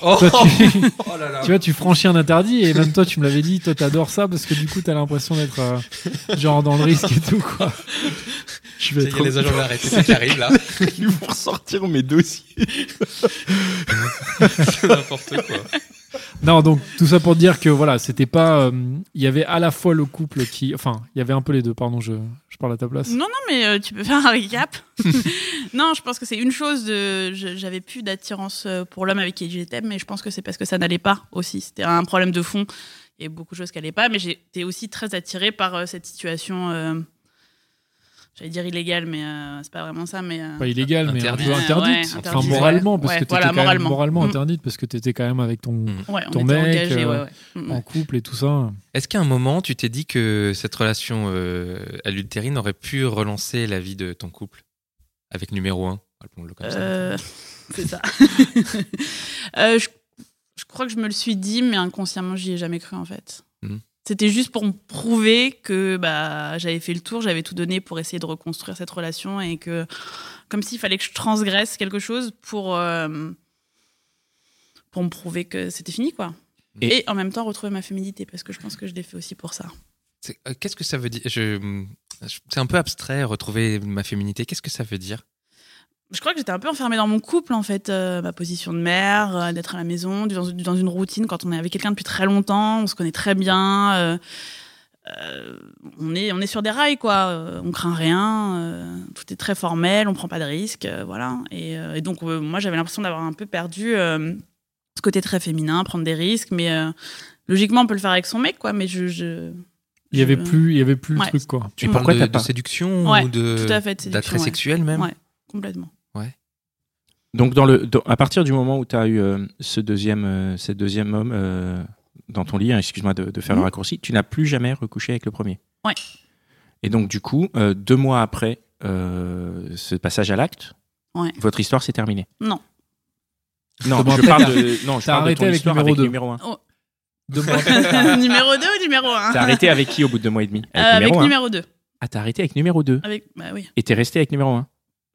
[SPEAKER 3] Oh,
[SPEAKER 4] Toi, tu,
[SPEAKER 3] (laughs) oh là là.
[SPEAKER 4] tu vois, tu franchis un interdit et même toi, tu me l'avais dit, toi, t'adores ça parce que du coup, t'as l'impression d'être euh, genre dans le risque et tout, quoi. Je
[SPEAKER 3] Ça
[SPEAKER 4] vais
[SPEAKER 3] y est,
[SPEAKER 4] être.
[SPEAKER 3] les agents de la RATP qui arrivent là.
[SPEAKER 2] (laughs) Ils vont ressortir mes dossiers.
[SPEAKER 3] C'est n'importe quoi.
[SPEAKER 4] Non, donc tout ça pour dire que voilà, c'était pas. euh, Il y avait à la fois le couple qui. Enfin, il y avait un peu les deux, pardon, je, je parle à ta place.
[SPEAKER 5] Non, non, mais euh, tu peux faire un récap.
[SPEAKER 4] (laughs)
[SPEAKER 5] non, je pense que c'est une chose de. je- J'avais plus d'attirance euh, pour l'homme avec qui j'étais, mais je pense que c'est parce que ça n'allait pas aussi. C'était un problème de fond. Il y a beaucoup de choses qui n'allaient pas, mais j'étais aussi très attirée par euh, cette situation. euh, J'allais dire illégale, mais euh, c'est pas vraiment ça. Mais euh,
[SPEAKER 4] Pas illégal, mais
[SPEAKER 3] Interdit.
[SPEAKER 4] un peu
[SPEAKER 3] Ouais,
[SPEAKER 4] interdite.
[SPEAKER 3] ouais,
[SPEAKER 4] enfin,
[SPEAKER 3] interdit,
[SPEAKER 4] moralement, parce que
[SPEAKER 5] ouais. Ouais,
[SPEAKER 4] t'étais
[SPEAKER 5] voilà,
[SPEAKER 4] quand même
[SPEAKER 5] moralement.
[SPEAKER 4] moralement
[SPEAKER 5] Mm.
[SPEAKER 4] interdite, parce que t'étais quand même avec ton.
[SPEAKER 5] ouais, on
[SPEAKER 4] ton
[SPEAKER 5] était
[SPEAKER 4] mec,
[SPEAKER 5] engagés,
[SPEAKER 4] euh,
[SPEAKER 5] ouais, ouais. Mm,
[SPEAKER 4] En
[SPEAKER 5] mm.
[SPEAKER 4] couple et tout ça.
[SPEAKER 3] Est-ce qu'à un moment, tu t'es dit que cette relation euh, adultérine aurait pu relancer la vie de ton couple avec numéro 1 Appelons-le comme ça.
[SPEAKER 5] Euh,
[SPEAKER 3] (laughs)
[SPEAKER 5] c'est ça. (laughs) Euh, je, je crois que je me le suis dit, mais inconsciemment, j'y ai jamais cru en fait.
[SPEAKER 3] Mhm.
[SPEAKER 5] C'était juste pour me prouver que bah, j'avais fait le tour, j'avais tout donné pour essayer de reconstruire cette relation et que, comme s'il fallait que je transgresse quelque chose pour, euh, pour me prouver que c'était fini, quoi.
[SPEAKER 2] Et-
[SPEAKER 5] Et, en même temps, retrouver ma féminité, parce que je pense que je l'ai fait aussi pour ça.
[SPEAKER 3] C'est- euh, Qu'est-ce que ça veut dire Je- je- C'est un peu abstrait, retrouver ma féminité. Qu'est-ce que ça veut dire
[SPEAKER 5] je crois que j'étais un peu enfermée dans mon couple en fait, euh, ma position de mère, euh, d'être à la maison, dans, dans une routine. Quand on est avec quelqu'un depuis très longtemps, on se connaît très bien, euh, euh, on est on est sur des rails quoi. euh, on craint rien, euh, tout est très formel, on prend pas de risques, euh, voilà. Et, euh, et donc euh, moi j'avais l'impression d'avoir un peu perdu euh, ce côté très féminin, prendre des risques, mais euh, Logiquement, on peut le faire avec son mec, quoi, mais je. je-
[SPEAKER 4] Il y avait
[SPEAKER 5] je-
[SPEAKER 4] plus, il y avait plus le
[SPEAKER 5] Ouais.
[SPEAKER 4] truc quoi.
[SPEAKER 2] Tu
[SPEAKER 5] Mm.
[SPEAKER 2] pourquoi
[SPEAKER 3] de,
[SPEAKER 2] t'as
[SPEAKER 3] de
[SPEAKER 2] pas
[SPEAKER 3] séduction
[SPEAKER 5] Ouais,
[SPEAKER 3] ou de
[SPEAKER 5] tout à fait, de séduction,
[SPEAKER 3] d'attrait
[SPEAKER 5] ouais.
[SPEAKER 3] sexuel même
[SPEAKER 5] Ouais, complètement. (laughs)
[SPEAKER 2] Donc dans le dans- à partir du moment où tu as eu euh, ce deuxième euh, ce deuxième homme euh, dans ton lit, hein, excuse-moi de, de faire le
[SPEAKER 5] Mhm.
[SPEAKER 2] raccourci, tu n'as plus jamais recouché avec le premier.
[SPEAKER 5] Ouais.
[SPEAKER 2] Et donc du coup, euh, deux mois après euh, ce passage à l'acte,
[SPEAKER 5] Ouais.
[SPEAKER 2] votre histoire s'est terminée.
[SPEAKER 5] Non.
[SPEAKER 2] Non,
[SPEAKER 4] Deux mois
[SPEAKER 2] je
[SPEAKER 4] après,
[SPEAKER 2] parle
[SPEAKER 4] t'as-
[SPEAKER 2] de non, je
[SPEAKER 4] t'as
[SPEAKER 2] parle de
[SPEAKER 4] arrêté
[SPEAKER 2] ton
[SPEAKER 4] avec
[SPEAKER 2] histoire
[SPEAKER 4] numéro
[SPEAKER 2] avec
[SPEAKER 4] deux.
[SPEAKER 2] numéro 1.
[SPEAKER 4] Deux mois après, t'as-
[SPEAKER 5] numéro 2 ou numéro 1
[SPEAKER 2] T'as arrêté avec qui au bout de deux mois et demi Avec
[SPEAKER 5] Euh, Avec
[SPEAKER 2] numéro un.
[SPEAKER 5] numéro 2.
[SPEAKER 2] Ah, t'as arrêté avec numéro 2
[SPEAKER 5] Avec... Bah oui.
[SPEAKER 2] et t'es resté avec numéro 1.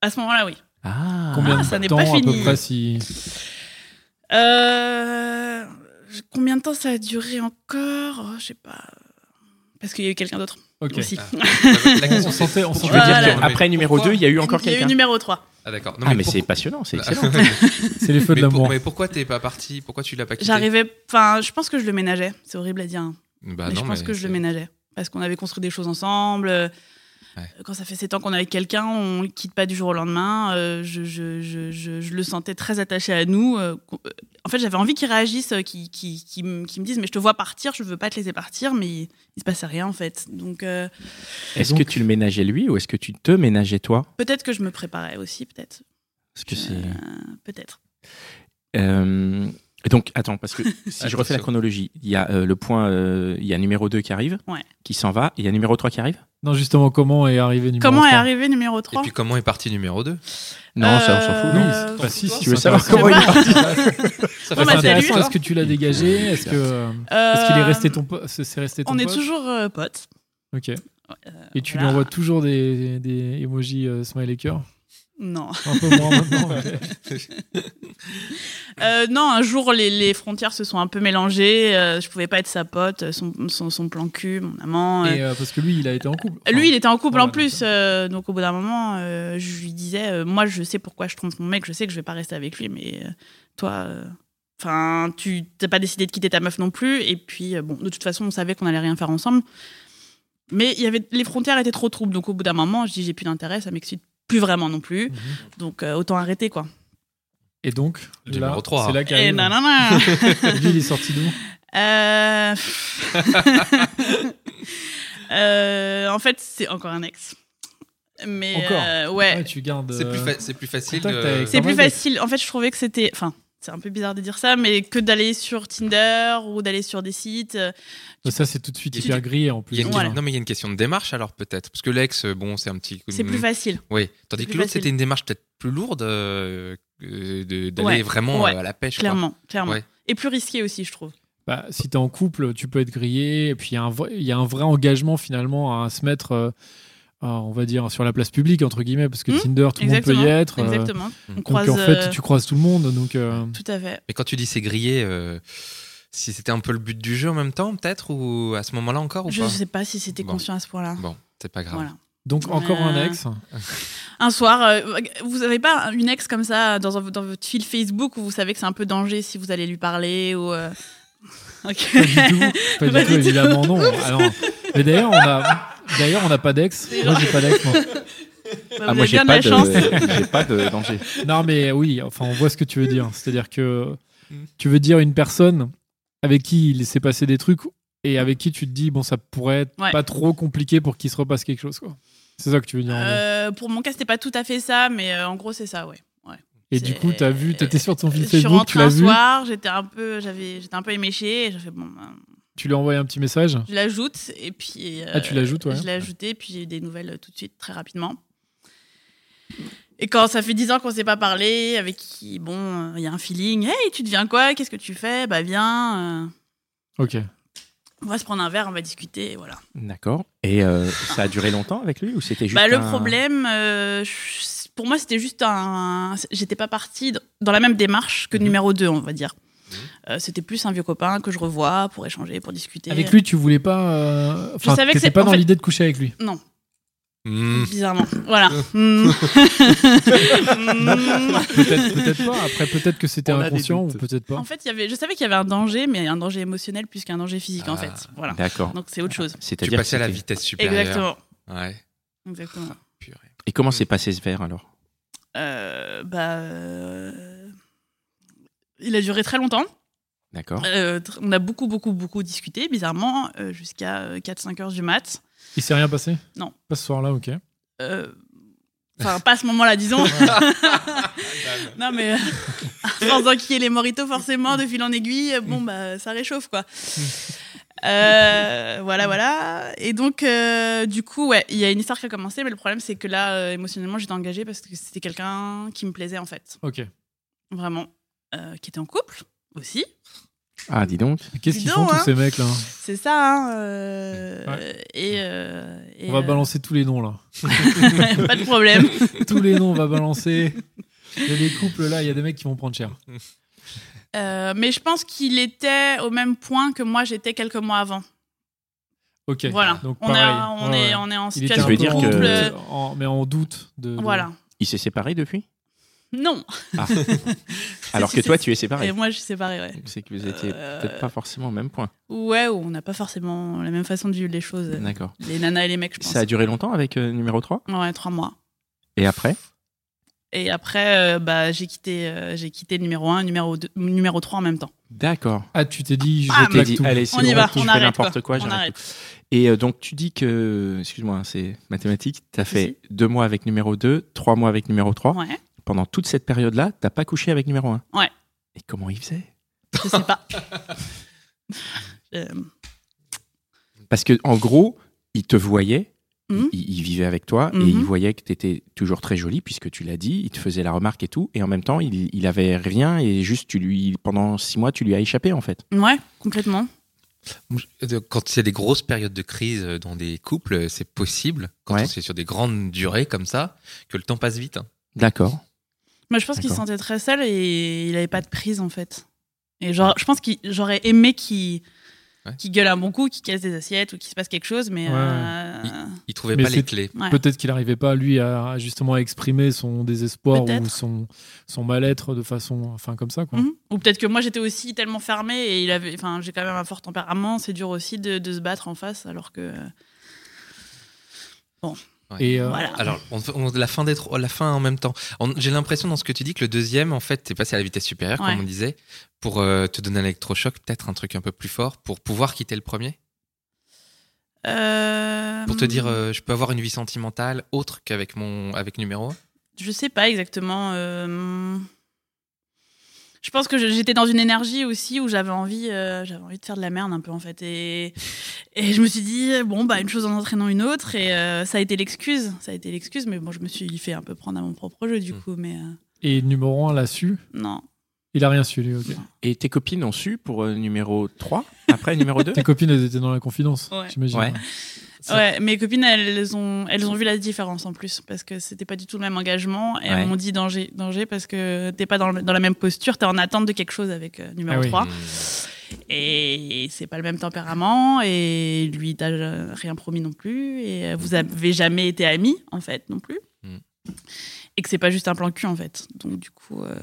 [SPEAKER 5] À ce moment-là, oui.
[SPEAKER 2] Ah.
[SPEAKER 4] combien
[SPEAKER 5] ça
[SPEAKER 4] de
[SPEAKER 5] n'est
[SPEAKER 4] temps
[SPEAKER 5] pas
[SPEAKER 4] à peu
[SPEAKER 5] fini.
[SPEAKER 4] près si
[SPEAKER 5] Euh, Combien de temps ça a duré encore Oh, Je sais pas. Parce qu'il y a eu quelqu'un d'autre
[SPEAKER 4] Ok.
[SPEAKER 5] aussi.
[SPEAKER 3] (laughs)
[SPEAKER 2] Ah,
[SPEAKER 3] La
[SPEAKER 4] On
[SPEAKER 3] question c'est-
[SPEAKER 4] sentait, on
[SPEAKER 3] Tu
[SPEAKER 4] sentait.
[SPEAKER 3] veux
[SPEAKER 5] Voilà.
[SPEAKER 3] dire
[SPEAKER 2] que après numéro 2, il y a eu encore
[SPEAKER 5] (laughs) Il y a eu
[SPEAKER 2] quelqu'un.
[SPEAKER 5] numéro 3.
[SPEAKER 3] Ah d'accord. Non,
[SPEAKER 2] Ah mais
[SPEAKER 3] pour- (laughs)
[SPEAKER 2] c'est passionnant,
[SPEAKER 4] Bah,
[SPEAKER 2] c'est excellent.
[SPEAKER 4] c'est les feux de
[SPEAKER 3] mais, pour-
[SPEAKER 4] l'amour.
[SPEAKER 3] mais pourquoi t'es pas parti Pourquoi tu l'as pas quitté
[SPEAKER 5] J'arrivais. Enfin, je pense que je le ménageais. C'est horrible à dire. hein.
[SPEAKER 3] Bah
[SPEAKER 5] mais
[SPEAKER 3] non,
[SPEAKER 5] je pense
[SPEAKER 3] mais
[SPEAKER 5] que je
[SPEAKER 3] c'est-
[SPEAKER 5] le ménageais. Parce qu'on avait construit des choses ensemble. euh,
[SPEAKER 3] Ouais.
[SPEAKER 5] Quand ça fait 7 ans qu'on est avec quelqu'un, on ne le quitte pas du jour au lendemain. euh, je, je- je- je- je le sentais très attaché à nous. euh, qu'on- euh, en fait, j'avais envie qu'il réagisse, euh, qu'il qu'il- qu'il me qu'il me dise Mais je te vois partir, je ne veux pas te laisser partir, mais il ne se passait rien en fait. Donc euh,
[SPEAKER 2] Est-ce que tu le ménageais lui ou est-ce que tu te ménageais toi
[SPEAKER 5] peut-être que je me préparais aussi, peut-être.
[SPEAKER 2] Parce que
[SPEAKER 5] Euh,
[SPEAKER 2] c'est.
[SPEAKER 5] peut-être.
[SPEAKER 2] Euh, Donc attends, parce (laughs) que si je
[SPEAKER 3] Attention.
[SPEAKER 2] refais la chronologie, il y a euh, le point, euh, il y a numéro 2 qui arrive,
[SPEAKER 5] Ouais.
[SPEAKER 2] qui s'en va, et il y a numéro 3 qui arrive
[SPEAKER 4] Non, justement, comment est arrivé numéro
[SPEAKER 5] Comment est
[SPEAKER 4] trois
[SPEAKER 5] arrivé numéro
[SPEAKER 3] Et
[SPEAKER 5] 3
[SPEAKER 3] puis comment est parti numéro 2
[SPEAKER 2] Non, Ah, ça on s'en fout.
[SPEAKER 4] non.
[SPEAKER 5] Euh,
[SPEAKER 4] Bah, si, si
[SPEAKER 2] Tu veux savoir
[SPEAKER 4] c'est
[SPEAKER 2] comment
[SPEAKER 5] (laughs)
[SPEAKER 2] il est parti
[SPEAKER 5] Bon,
[SPEAKER 3] Ça
[SPEAKER 4] C'est
[SPEAKER 5] bah,
[SPEAKER 3] partie de
[SPEAKER 4] intéressant.
[SPEAKER 5] salut.
[SPEAKER 4] Est-ce que tu l'as dégagé Est-ce que euh, est-ce qu'il est resté ton pote C'est resté ton
[SPEAKER 5] Euh, On est
[SPEAKER 4] pote
[SPEAKER 5] toujours euh, potes.
[SPEAKER 4] Ok. Et tu lui
[SPEAKER 5] voilà.
[SPEAKER 4] envoies toujours des, des emojis euh, smiley cœur
[SPEAKER 5] Non.
[SPEAKER 4] Un peu
[SPEAKER 5] (laughs)
[SPEAKER 4] moins maintenant. mais-
[SPEAKER 5] Euh, non, un jour, les, les frontières se sont un peu mélangées. euh, je pouvais pas être sa pote, euh, son, son, son plan cul, mon amant. euh.
[SPEAKER 4] Et, euh, parce que lui, il a été en couple.
[SPEAKER 5] Lui, il était en couple
[SPEAKER 4] Voilà,
[SPEAKER 5] en plus,
[SPEAKER 4] donc,
[SPEAKER 5] euh, donc au bout d'un moment, euh, je lui disais, euh, moi, je sais pourquoi je trompe mon mec, je sais que je vais pas rester avec lui, mais euh, toi, enfin, tu t'as pas décidé de quitter ta meuf non plus, et puis euh, bon, de toute façon, on savait qu'on allait rien faire ensemble, mais il y avait les frontières étaient trop troubles, donc au bout d'un moment, je dis, j'ai plus d'intérêt, ça m'excite plus vraiment non plus,
[SPEAKER 4] Mhm.
[SPEAKER 5] donc euh, autant arrêter quoi.
[SPEAKER 4] Et donc,
[SPEAKER 3] Le
[SPEAKER 4] là,
[SPEAKER 3] numéro trois.
[SPEAKER 4] c'est là qu'il
[SPEAKER 5] Et
[SPEAKER 4] arrive. (laughs)
[SPEAKER 5] nanana.
[SPEAKER 4] Lui, il est sorti d'où
[SPEAKER 5] Euh, (laughs) euh, en fait, c'est encore un ex. Mais
[SPEAKER 4] Encore
[SPEAKER 5] euh, (laughs) ouais,
[SPEAKER 4] Ouais, Tu gardes.
[SPEAKER 3] C'est plus,
[SPEAKER 4] euh,
[SPEAKER 3] fa- c'est plus facile.
[SPEAKER 4] contact
[SPEAKER 3] de-
[SPEAKER 4] avec-
[SPEAKER 5] c'est plus
[SPEAKER 4] normal,
[SPEAKER 5] facile. En fait, je trouvais que c'était, enfin, c'est un peu bizarre de dire ça, mais que d'aller sur Tinder ou d'aller sur des sites. euh,
[SPEAKER 4] Ça, c'est tout de suite
[SPEAKER 3] Il y a
[SPEAKER 4] hyper grillé en
[SPEAKER 3] Il
[SPEAKER 4] plus.
[SPEAKER 3] y a une-
[SPEAKER 5] Voilà.
[SPEAKER 3] Non mais il y a une question de démarche alors peut-être parce que l'ex euh, bon c'est un petit coup de-
[SPEAKER 5] C'est plus facile.
[SPEAKER 3] Oui, tandis
[SPEAKER 5] C'est
[SPEAKER 3] que
[SPEAKER 5] plus
[SPEAKER 3] l'autre
[SPEAKER 5] facile.
[SPEAKER 3] c'était une démarche peut-être plus lourde euh, euh, de- d'aller
[SPEAKER 5] Ouais,
[SPEAKER 3] vraiment
[SPEAKER 5] ouais,
[SPEAKER 3] euh, à la pêche. quoi.
[SPEAKER 5] Clairement, clairement.
[SPEAKER 3] Ouais.
[SPEAKER 5] Et plus risqué aussi, je trouve.
[SPEAKER 4] Bah, si t'es en couple, tu peux être grillé. Et puis, il y, a un vrai- il y a un vrai engagement finalement à se mettre, euh, euh, on va dire, sur la place publique, entre guillemets, parce que
[SPEAKER 5] Hmm,
[SPEAKER 4] Tinder, tout le monde peut y
[SPEAKER 5] exactement,
[SPEAKER 4] être. euh,
[SPEAKER 5] Exactement.
[SPEAKER 3] Mm.
[SPEAKER 5] On
[SPEAKER 3] Donc,
[SPEAKER 4] donc,
[SPEAKER 5] croise.
[SPEAKER 4] en fait,
[SPEAKER 5] euh,
[SPEAKER 4] tu croises tout le monde. Donc, euh,
[SPEAKER 5] Tout à fait.
[SPEAKER 3] Mais quand tu dis c'est grillé, euh, si c'était un peu le but du jeu en même temps peut-être ou à ce moment-là encore ou
[SPEAKER 5] Je
[SPEAKER 3] pas
[SPEAKER 5] sais pas si c'était
[SPEAKER 3] Bon.
[SPEAKER 5] conscient à ce point-là.
[SPEAKER 3] Bon, c'est pas grave.
[SPEAKER 5] Voilà.
[SPEAKER 4] donc encore un
[SPEAKER 5] Euh,
[SPEAKER 4] ex.
[SPEAKER 5] Un soir, euh, vous avez pas une ex comme ça dans, un- dans votre fil Facebook où vous savez que c'est un peu danger si vous allez lui parler ou. euh, (laughs) Ok.
[SPEAKER 4] Pas du tout,
[SPEAKER 5] (laughs)
[SPEAKER 4] pas du
[SPEAKER 5] Pas
[SPEAKER 4] tout,
[SPEAKER 5] du tout.
[SPEAKER 4] évidemment non. Alors, mais d'ailleurs, on a, d'ailleurs, on n'a pas d'ex. Moi, j'ai pas d'ex. moi.
[SPEAKER 5] Bah,
[SPEAKER 2] Ah,
[SPEAKER 5] vous
[SPEAKER 2] moi
[SPEAKER 5] avez
[SPEAKER 2] j'ai
[SPEAKER 5] bien de
[SPEAKER 2] pas
[SPEAKER 5] la chance.
[SPEAKER 2] de, (laughs)
[SPEAKER 5] (laughs)
[SPEAKER 2] j'ai pas de danger.
[SPEAKER 4] Non, mais oui. Enfin, on voit ce que tu veux dire. C'est-à-dire que tu veux dire une personne avec qui il s'est passé des trucs et avec qui tu te dis bon, ça pourrait être
[SPEAKER 5] Ouais.
[SPEAKER 4] pas trop compliqué pour qu'il se repasse quelque chose. Quoi. C'est ça que tu veux dire. en gros.
[SPEAKER 5] Euh, pour mon cas, c'était pas tout à fait ça, mais euh, en gros, c'est ça, ouais. ouais.
[SPEAKER 4] et du coup, t'as vu, t'étais sur ton fil
[SPEAKER 5] euh, Je suis
[SPEAKER 4] Facebook, tu
[SPEAKER 5] rentrée
[SPEAKER 4] l'as
[SPEAKER 5] un
[SPEAKER 4] vu,
[SPEAKER 5] soir, j'étais un peu, j'avais, j'étais un peu éméchée, et j'ai fait bon, ben,
[SPEAKER 4] tu lui as envoyé un petit message.
[SPEAKER 5] je l'ajoute et puis. euh,
[SPEAKER 4] Ah, tu l'ajoutes, ouais.
[SPEAKER 5] Je l'ai ajouté, et puis j'ai eu des nouvelles euh, tout de suite, très rapidement. Et quand ça fait 10 ans qu'on s'est pas parlé, avec qui, bon, euh, il y a un feeling. Hey, tu deviens quoi Qu'est-ce que tu fais Bah viens, euh,
[SPEAKER 4] Ok.
[SPEAKER 5] on va se prendre un verre, on va discuter, et voilà.
[SPEAKER 2] D'accord. Et euh, ça a duré longtemps avec lui ou c'était juste
[SPEAKER 5] Bah, le
[SPEAKER 2] un-
[SPEAKER 5] problème, euh, je- pour moi, c'était juste un. J'étais pas partie d- dans la même démarche que
[SPEAKER 3] Mhm.
[SPEAKER 5] numéro 2, on va dire.
[SPEAKER 2] Mhm.
[SPEAKER 5] Euh, c'était plus un vieux copain que je revois pour échanger, pour discuter.
[SPEAKER 4] Avec lui, tu voulais pas. euh, Enfin,
[SPEAKER 5] savais que
[SPEAKER 4] t'étais
[SPEAKER 5] c'est-
[SPEAKER 4] pas
[SPEAKER 5] en
[SPEAKER 4] dans
[SPEAKER 5] fait-
[SPEAKER 4] l'idée de coucher avec lui.
[SPEAKER 3] Hmm.
[SPEAKER 5] Bizarrement.
[SPEAKER 2] Mhm. (laughs)
[SPEAKER 5] Voilà. Mm. (laughs) Mm.
[SPEAKER 4] (laughs) Peut-être, peut-être pas. Après, peut-être que c'était
[SPEAKER 2] On a des
[SPEAKER 4] inconscient ou
[SPEAKER 2] doutes.
[SPEAKER 4] peut-être pas.
[SPEAKER 5] en fait, il y avait, je savais qu'il y avait un danger, mais un danger émotionnel plus qu'un danger physique, en
[SPEAKER 3] Ah.
[SPEAKER 5] fait. Voilà.
[SPEAKER 2] D'accord.
[SPEAKER 5] Donc, c'est autre chose.
[SPEAKER 3] Tu
[SPEAKER 2] C'est-à-dire.
[SPEAKER 3] passais à
[SPEAKER 2] que
[SPEAKER 3] la
[SPEAKER 2] c'était-
[SPEAKER 3] vitesse supérieure.
[SPEAKER 5] Exactement.
[SPEAKER 3] Ouais.
[SPEAKER 5] Exactement.
[SPEAKER 3] Purée.
[SPEAKER 2] Et comment s'est passé ce verre alors
[SPEAKER 5] Euh, bah. euh, Il a duré très longtemps.
[SPEAKER 2] D'accord.
[SPEAKER 5] Euh, tr- on a beaucoup, beaucoup, beaucoup discuté, bizarrement, euh, jusqu'à euh, 4-5 heures du mat.
[SPEAKER 4] Il s'est rien passé
[SPEAKER 5] Non.
[SPEAKER 4] Pas ce soir-là, ok.
[SPEAKER 5] Euh, Enfin, pas à ce moment-là, disons. (laughs) non, mais euh, à force d'enquiller les moritos, forcément, de fil en aiguille, euh, bon, bah, ça réchauffe, quoi. Euh, voilà, voilà. Et donc, euh, du coup, ouais, il y a une histoire qui a commencé, mais le problème, c'est que là, euh, émotionnellement, j'étais engagée parce que c'était quelqu'un qui me plaisait, en fait.
[SPEAKER 4] Ok.
[SPEAKER 5] Vraiment. Euh, qui était en couple aussi.
[SPEAKER 2] Ah, dis donc.
[SPEAKER 4] Mais Qu'est-ce qu'ils
[SPEAKER 5] Dis
[SPEAKER 4] font
[SPEAKER 5] donc,
[SPEAKER 4] tous
[SPEAKER 5] hein.
[SPEAKER 4] ces mecs là
[SPEAKER 5] C'est ça, hein, euh, et, euh, et,
[SPEAKER 4] On va
[SPEAKER 5] euh,
[SPEAKER 4] balancer tous les noms là.
[SPEAKER 5] (laughs) pas de problème.
[SPEAKER 4] tous les noms, on va balancer. Il y a des couples là, il y a des mecs qui vont prendre cher.
[SPEAKER 5] Euh, mais je pense qu'il était au même point que moi j'étais quelques mois avant.
[SPEAKER 4] Ok. Ah,
[SPEAKER 5] Voilà.
[SPEAKER 4] Donc
[SPEAKER 5] on, est-
[SPEAKER 4] pareil.
[SPEAKER 5] on
[SPEAKER 4] Ouais,
[SPEAKER 5] est,
[SPEAKER 4] ouais.
[SPEAKER 5] on est en
[SPEAKER 4] Il était un
[SPEAKER 5] situation
[SPEAKER 2] veut
[SPEAKER 4] peu
[SPEAKER 5] de
[SPEAKER 2] dire
[SPEAKER 4] en
[SPEAKER 2] que-
[SPEAKER 5] couple. euh,
[SPEAKER 4] doute, en- mais en doute. De, de-
[SPEAKER 5] Voilà.
[SPEAKER 2] Il s'est séparé depuis
[SPEAKER 5] Non.
[SPEAKER 2] Alors
[SPEAKER 5] si,
[SPEAKER 2] que
[SPEAKER 5] si,
[SPEAKER 2] toi,
[SPEAKER 5] si.
[SPEAKER 2] tu es séparé.
[SPEAKER 5] Et moi je suis séparée, ouais.
[SPEAKER 2] Donc, C'est que vous étiez
[SPEAKER 5] Euh,
[SPEAKER 2] peut-être pas forcément au même point.
[SPEAKER 5] Ouais, on n'a pas forcément la même façon de vivre les choses. euh,
[SPEAKER 2] D'accord.
[SPEAKER 5] Les nanas et les mecs, je pense.
[SPEAKER 2] Ça a duré longtemps avec euh, numéro 3
[SPEAKER 5] Ouais, trois mois.
[SPEAKER 2] Et après
[SPEAKER 5] Et après, euh, bah, j'ai quitté, euh, j'ai quitté le numéro 1, numéro 2, numéro 3 en même temps.
[SPEAKER 2] D'accord.
[SPEAKER 4] Ah, tu t'es dit, je
[SPEAKER 5] Ah,
[SPEAKER 4] plaque
[SPEAKER 2] T'as dit,
[SPEAKER 4] tout.
[SPEAKER 2] allez, c'est
[SPEAKER 5] On y
[SPEAKER 2] bon,
[SPEAKER 5] va,
[SPEAKER 2] je
[SPEAKER 5] on
[SPEAKER 2] fais
[SPEAKER 5] arrête,
[SPEAKER 2] n'importe
[SPEAKER 5] quoi.
[SPEAKER 2] quoi,
[SPEAKER 5] On
[SPEAKER 2] j'arrête
[SPEAKER 5] arrête.
[SPEAKER 2] tout. Et euh, donc, tu dis que, excuse-moi, hein, c'est mathématique, t'as fait deux mois avec numéro 2, trois mois avec numéro 3.
[SPEAKER 5] Ouais,
[SPEAKER 2] Pendant toute cette période-là, t'as pas couché avec numéro 1
[SPEAKER 5] Ouais.
[SPEAKER 2] Et comment il faisait
[SPEAKER 5] je
[SPEAKER 4] (laughs)
[SPEAKER 5] sais pas. Euh,
[SPEAKER 2] Parce que en gros, il te voyait,
[SPEAKER 5] Mhm.
[SPEAKER 2] il, il vivait avec toi et
[SPEAKER 5] Mhm.
[SPEAKER 2] il voyait que tu étais toujours très jolie puisque tu l'as dit, il te faisait la remarque et tout et en même temps, il, il avait rien et juste tu lui pendant six mois, tu lui as échappé en fait.
[SPEAKER 5] ouais, complètement.
[SPEAKER 3] De- euh, Quand il y a des grosses périodes de crise euh, dans des couples, c'est possible, quand
[SPEAKER 2] Ouais.
[SPEAKER 3] on- c'est sur des grandes durées comme ça, que le temps passe vite. hein.
[SPEAKER 2] D'accord.
[SPEAKER 5] Moi, je pense qu'il se
[SPEAKER 2] D'accord.
[SPEAKER 5] sentait très seul et il avait pas de prise, en fait. Et genre, je pense que j'aurais aimé qu'il
[SPEAKER 3] Ouais.
[SPEAKER 5] qu'il gueule un bon coup, qu'il casse des assiettes ou qu'il se passe quelque chose, mais.
[SPEAKER 4] Ouais.
[SPEAKER 5] euh,
[SPEAKER 3] Il trouvait
[SPEAKER 4] Mais
[SPEAKER 3] pas les
[SPEAKER 4] c'est-
[SPEAKER 3] clés.
[SPEAKER 5] ouais.
[SPEAKER 4] Peut-être qu'il n'arrivait pas, lui, à, à justement exprimer son désespoir ou
[SPEAKER 5] Peut-être.
[SPEAKER 4] son, son mal-être de façon. Enfin, comme ça, quoi.
[SPEAKER 5] Mhm. Ou peut-être que moi, j'étais aussi tellement fermée et il avait. Enfin, j'ai quand même un fort tempérament, c'est dur aussi de, de se battre en face, alors que.
[SPEAKER 4] Et euh,
[SPEAKER 5] Voilà.
[SPEAKER 3] Alors, on, on- la, fin des, trois- la fin en même temps. On- J'ai l'impression dans ce que tu dis que le deuxième, en fait, t'es passé à la vitesse supérieure,
[SPEAKER 5] Ouais.
[SPEAKER 3] comme on disait, pour euh, te donner un électrochoc, peut-être un truc un peu plus fort, pour pouvoir quitter le premier.
[SPEAKER 5] Euh,
[SPEAKER 3] Pour te dire, euh, je peux avoir une vie sentimentale autre qu'avec mon avec numéro un.
[SPEAKER 5] Je sais pas exactement. euh, Je pense que je- j'étais dans une énergie aussi où j'avais envie, euh, j'avais envie de faire de la merde un peu en fait. Et, et je me suis dit, bon, bah, une chose en entraînant une autre. Et euh, ça a été l'excuse. Ça a été l'excuse, mais bon, je me suis fait un peu prendre à mon propre jeu du
[SPEAKER 3] Mm.
[SPEAKER 5] coup. Mais euh,
[SPEAKER 4] et numéro 1 l'a su.
[SPEAKER 5] non.
[SPEAKER 4] Il a rien su, lui, ok.
[SPEAKER 2] Et tes copines ont su pour euh, numéro 3, après numéro (laughs) 2
[SPEAKER 4] Ta copine, elle était dans la confidence,
[SPEAKER 5] Ouais.
[SPEAKER 4] j'imagine.
[SPEAKER 2] Ouais.
[SPEAKER 3] Ça-
[SPEAKER 5] Ouais, mes copines, elles ont, elles ont vu la différence en plus, parce que c'était pas du tout le même engagement. Et
[SPEAKER 2] Ouais.
[SPEAKER 5] elles m'ont dit danger, danger, parce que t'es pas dans, le- dans la même posture, t'es en attente de quelque chose avec euh, numéro
[SPEAKER 4] Ah oui.
[SPEAKER 5] 3. Et c'est pas le même tempérament, et lui, t'as euh, rien promis non plus, et euh, vous avez jamais été amis, en fait, non plus.
[SPEAKER 3] Mm.
[SPEAKER 5] Et que c'est pas juste un plan cul, en fait. Donc, du coup, euh,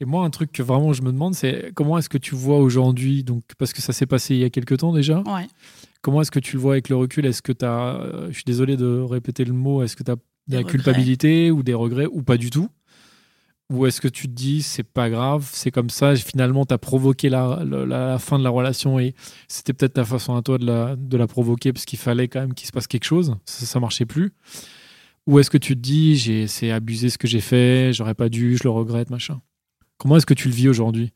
[SPEAKER 4] Et moi, un truc que vraiment je me demande, c'est comment est-ce que tu vois aujourd'hui, donc parce que ça s'est passé il y a quelques temps déjà,
[SPEAKER 5] ouais.
[SPEAKER 4] comment est-ce que tu le vois avec le recul Est-ce que tu as, je suis désolé de répéter le mot, est-ce que tu as de
[SPEAKER 5] Des
[SPEAKER 4] la
[SPEAKER 5] regrets.
[SPEAKER 4] culpabilité ou des regrets ou pas du tout Ou est-ce que tu te dis, c'est pas grave, c'est comme ça, finalement, tu as provoqué la, la- la fin de la relation et c'était peut-être ta façon à toi de la, de la provoquer parce qu'il fallait quand même qu'il se passe quelque chose, ça, ça marchait plus Ou est-ce que tu te dis, j'ai- c'est abusé ce que j'ai fait, j'aurais pas dû, je le regrette, machin Comment est-ce que tu le vis aujourd'hui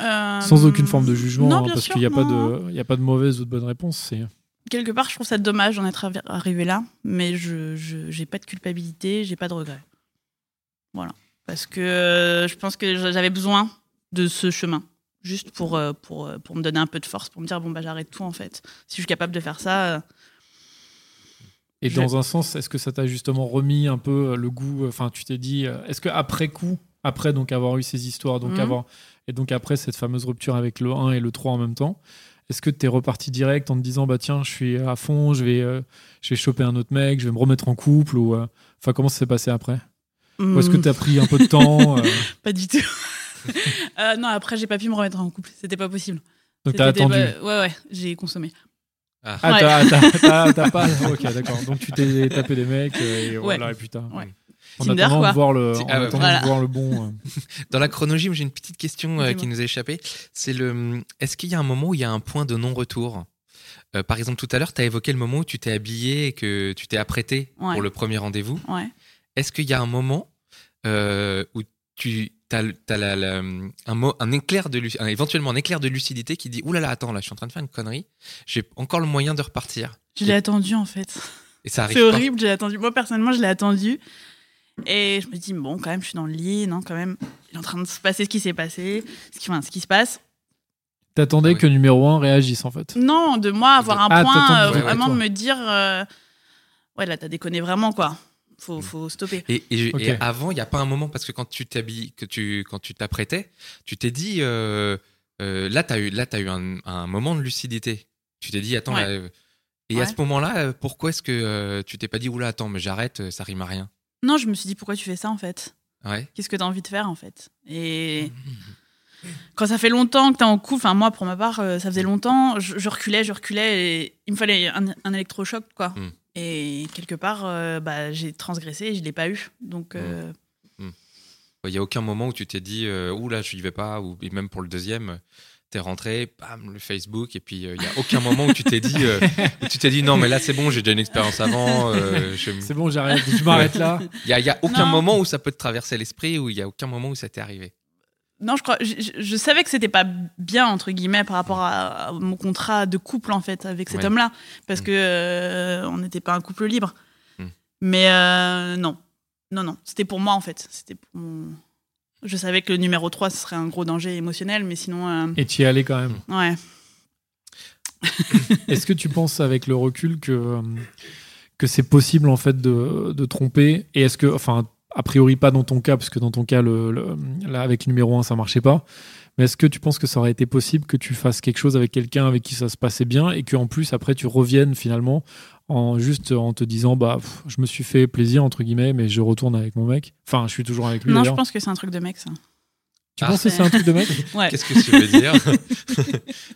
[SPEAKER 5] Euh,
[SPEAKER 4] sans aucune forme de jugement,
[SPEAKER 5] non,
[SPEAKER 4] hein,
[SPEAKER 5] bien
[SPEAKER 4] parce
[SPEAKER 5] sûr,
[SPEAKER 4] qu'il n'y a, pas
[SPEAKER 5] non.
[SPEAKER 4] de- il y a pas de mauvaise ou de bonne réponse. C'est...
[SPEAKER 5] Quelque part, je trouve ça dommage d'en être arri- arrivé là, mais je je- j'ai pas de culpabilité, j'ai pas de regret. Voilà. Parce que euh, je pense que j'a- j'avais besoin de ce chemin, juste pour, euh, pour, euh, pour me donner un peu de force, pour me dire, bon, bah, j'arrête tout en fait. Si je suis capable de faire ça, euh,
[SPEAKER 4] Et
[SPEAKER 5] Je-
[SPEAKER 4] dans un sens, est-ce que ça t'a justement remis un peu euh, le goût Enfin, tu t'es dit, euh, est-ce que après coup, après donc avoir eu ces histoires, donc
[SPEAKER 5] Mhm.
[SPEAKER 4] avoir et donc après cette fameuse rupture avec le 1 et le 3 en même temps, est-ce que t'es reparti direct en te disant bah tiens, je suis à fond, je vais euh, je vais choper un autre mec, je vais me remettre en couple ou euh, enfin comment ça s'est passé après Ou est-ce que
[SPEAKER 5] hmm,
[SPEAKER 4] t'as pris un peu de
[SPEAKER 5] (laughs)
[SPEAKER 4] temps euh,
[SPEAKER 5] pas du tout. Euh, non, après, j'ai pas pu me remettre en couple, c'était pas possible.
[SPEAKER 4] Donc t'as
[SPEAKER 5] C'était
[SPEAKER 4] attendu.
[SPEAKER 5] pas- ouais, ouais, j'ai consommé.
[SPEAKER 4] Ah,
[SPEAKER 5] Ouais.
[SPEAKER 4] (laughs) t'as- t'as- t'as- t'as pas. Ok, d'accord. Donc tu t'es tapé des mecs euh, et,
[SPEAKER 5] Ouais.
[SPEAKER 4] voilà, et puis t'as-
[SPEAKER 5] Ouais.
[SPEAKER 4] En
[SPEAKER 5] Tinder,
[SPEAKER 4] attendant
[SPEAKER 5] quoi.
[SPEAKER 4] de voir le,
[SPEAKER 3] Si-
[SPEAKER 4] en
[SPEAKER 3] ah ouais,
[SPEAKER 4] attendant
[SPEAKER 5] voilà.
[SPEAKER 4] de voir le bon. euh,
[SPEAKER 3] Dans la chronologie, j'ai une petite question euh, qui
[SPEAKER 5] Dis-moi.
[SPEAKER 3] nous a échappé. C'est le. Est-ce qu'il y a un moment où il y a un point de non-retour Euh, Par exemple, tout à l'heure, tu as évoqué le moment où tu t'es habillé et que tu t'es apprêté
[SPEAKER 5] Ouais.
[SPEAKER 3] pour le premier rendez-vous.
[SPEAKER 5] Ouais.
[SPEAKER 3] Est-ce qu'il y a un moment euh, où tu as, un, mo- un éclair de lu- un- éventuellement un éclair de lucidité qui dit Ouh là là, attends, là, je suis en train de faire une connerie. J'ai encore le moyen de repartir.
[SPEAKER 5] Je l'ai attendu en fait.
[SPEAKER 3] Et ça arrive.
[SPEAKER 5] C'est
[SPEAKER 3] pas.
[SPEAKER 5] horrible, j'ai attendu. Moi, personnellement, je l'ai attendu. Et je me dis, bon, quand même, je suis dans le lit, non, quand même, il est en train de se passer ce qui s'est passé, ce qui, enfin, ce qui se passe.
[SPEAKER 4] T'attendais
[SPEAKER 3] Ah oui. Mm.
[SPEAKER 4] que numéro 1 réagisse en fait.
[SPEAKER 5] Non, de moi, avoir un
[SPEAKER 4] Ah,
[SPEAKER 5] point,
[SPEAKER 4] t'attends,
[SPEAKER 5] euh,
[SPEAKER 3] ouais, ouais,
[SPEAKER 5] vraiment
[SPEAKER 4] toi.
[SPEAKER 5] me dire, euh, ouais, là, t'as déconné vraiment, quoi.
[SPEAKER 4] Hmm.
[SPEAKER 5] Faut, faut stopper.
[SPEAKER 3] Et, et je-
[SPEAKER 4] Ok.
[SPEAKER 3] et avant, il n'y a pas un moment, parce que quand tu t'habilles, que tu, quand tu t'apprêtais, tu t'es dit, euh, euh, là, tu as eu, là, t'as eu un, un moment de lucidité. Tu t'es dit, attends,
[SPEAKER 5] Ouais.
[SPEAKER 3] là, euh, et à
[SPEAKER 5] Ouais.
[SPEAKER 3] ce moment-là, euh, pourquoi est-ce que euh, tu t'es pas dit, oula, attends, mais j'arrête, euh, ça rime à rien
[SPEAKER 5] Non, je me suis dit, pourquoi tu fais ça, en fait
[SPEAKER 3] Ouais.
[SPEAKER 5] Qu'est-ce que t'as envie de faire, en fait Et quand ça fait longtemps que t'es en couple, enfin, moi, pour ma part, euh, ça faisait longtemps, je, je reculais, je reculais, et il me fallait un, un électrochoc, quoi.
[SPEAKER 3] Mm.
[SPEAKER 5] Et quelque part, euh, bah, j'ai transgressé et je l'ai pas eu. Donc, euh,
[SPEAKER 3] Bah, Il n'y a aucun moment où tu t'es dit, euh, oula, je n'y vais pas, ou et même pour le deuxième. T'es rentré, bam, le Facebook, et puis euh, il n'y a aucun moment où tu t'es dit, euh, où tu t'es dit, non, mais là c'est bon, j'ai déjà une expérience avant. euh, je-
[SPEAKER 4] C'est bon, j'arrête. Je m'arrête là.
[SPEAKER 3] Il n'y a, il y a aucun
[SPEAKER 5] Non.
[SPEAKER 3] moment où ça peut te traverser l'esprit, où il n'y a aucun moment où ça t'est arrivé.
[SPEAKER 5] Non, je crois. Je, je- je savais que c'était pas bien entre guillemets par rapport à, à mon contrat de couple en fait avec cet
[SPEAKER 3] Ouais.
[SPEAKER 5] homme-là, parce
[SPEAKER 3] Mm.
[SPEAKER 5] que euh, on n'était pas un couple libre.
[SPEAKER 3] Mm.
[SPEAKER 5] Mais euh, non, non, non, c'était pour moi en fait. C'était pour mon. Je savais que le numéro 3, ce serait un gros danger émotionnel, mais sinon, euh,
[SPEAKER 4] (laughs) Et tu y es allé quand même.
[SPEAKER 5] ouais.
[SPEAKER 4] Est-ce que tu penses avec le recul que, euh, que c'est possible en fait de, de tromper Et est-ce que, enfin, a priori pas dans ton cas, parce que dans ton cas, le, le- là, avec le numéro 1, ça marchait pas. Mais est-ce que tu penses que ça aurait été possible que tu fasses quelque chose avec quelqu'un avec qui ça se passait bien et qu'en plus, après, tu reviennes finalement en juste en te disant bah pff, je me suis fait plaisir entre guillemets mais je retourne avec mon mec enfin je suis toujours avec lui
[SPEAKER 5] Non, je
[SPEAKER 4] d'ailleurs.
[SPEAKER 5] pense que c'est un truc de
[SPEAKER 3] (laughs)
[SPEAKER 5] mec ça.
[SPEAKER 4] tu
[SPEAKER 3] Ah.
[SPEAKER 4] penses que c'est un truc de mec
[SPEAKER 5] Ouais.
[SPEAKER 3] Qu'est-ce que tu
[SPEAKER 4] (laughs)
[SPEAKER 3] veux dire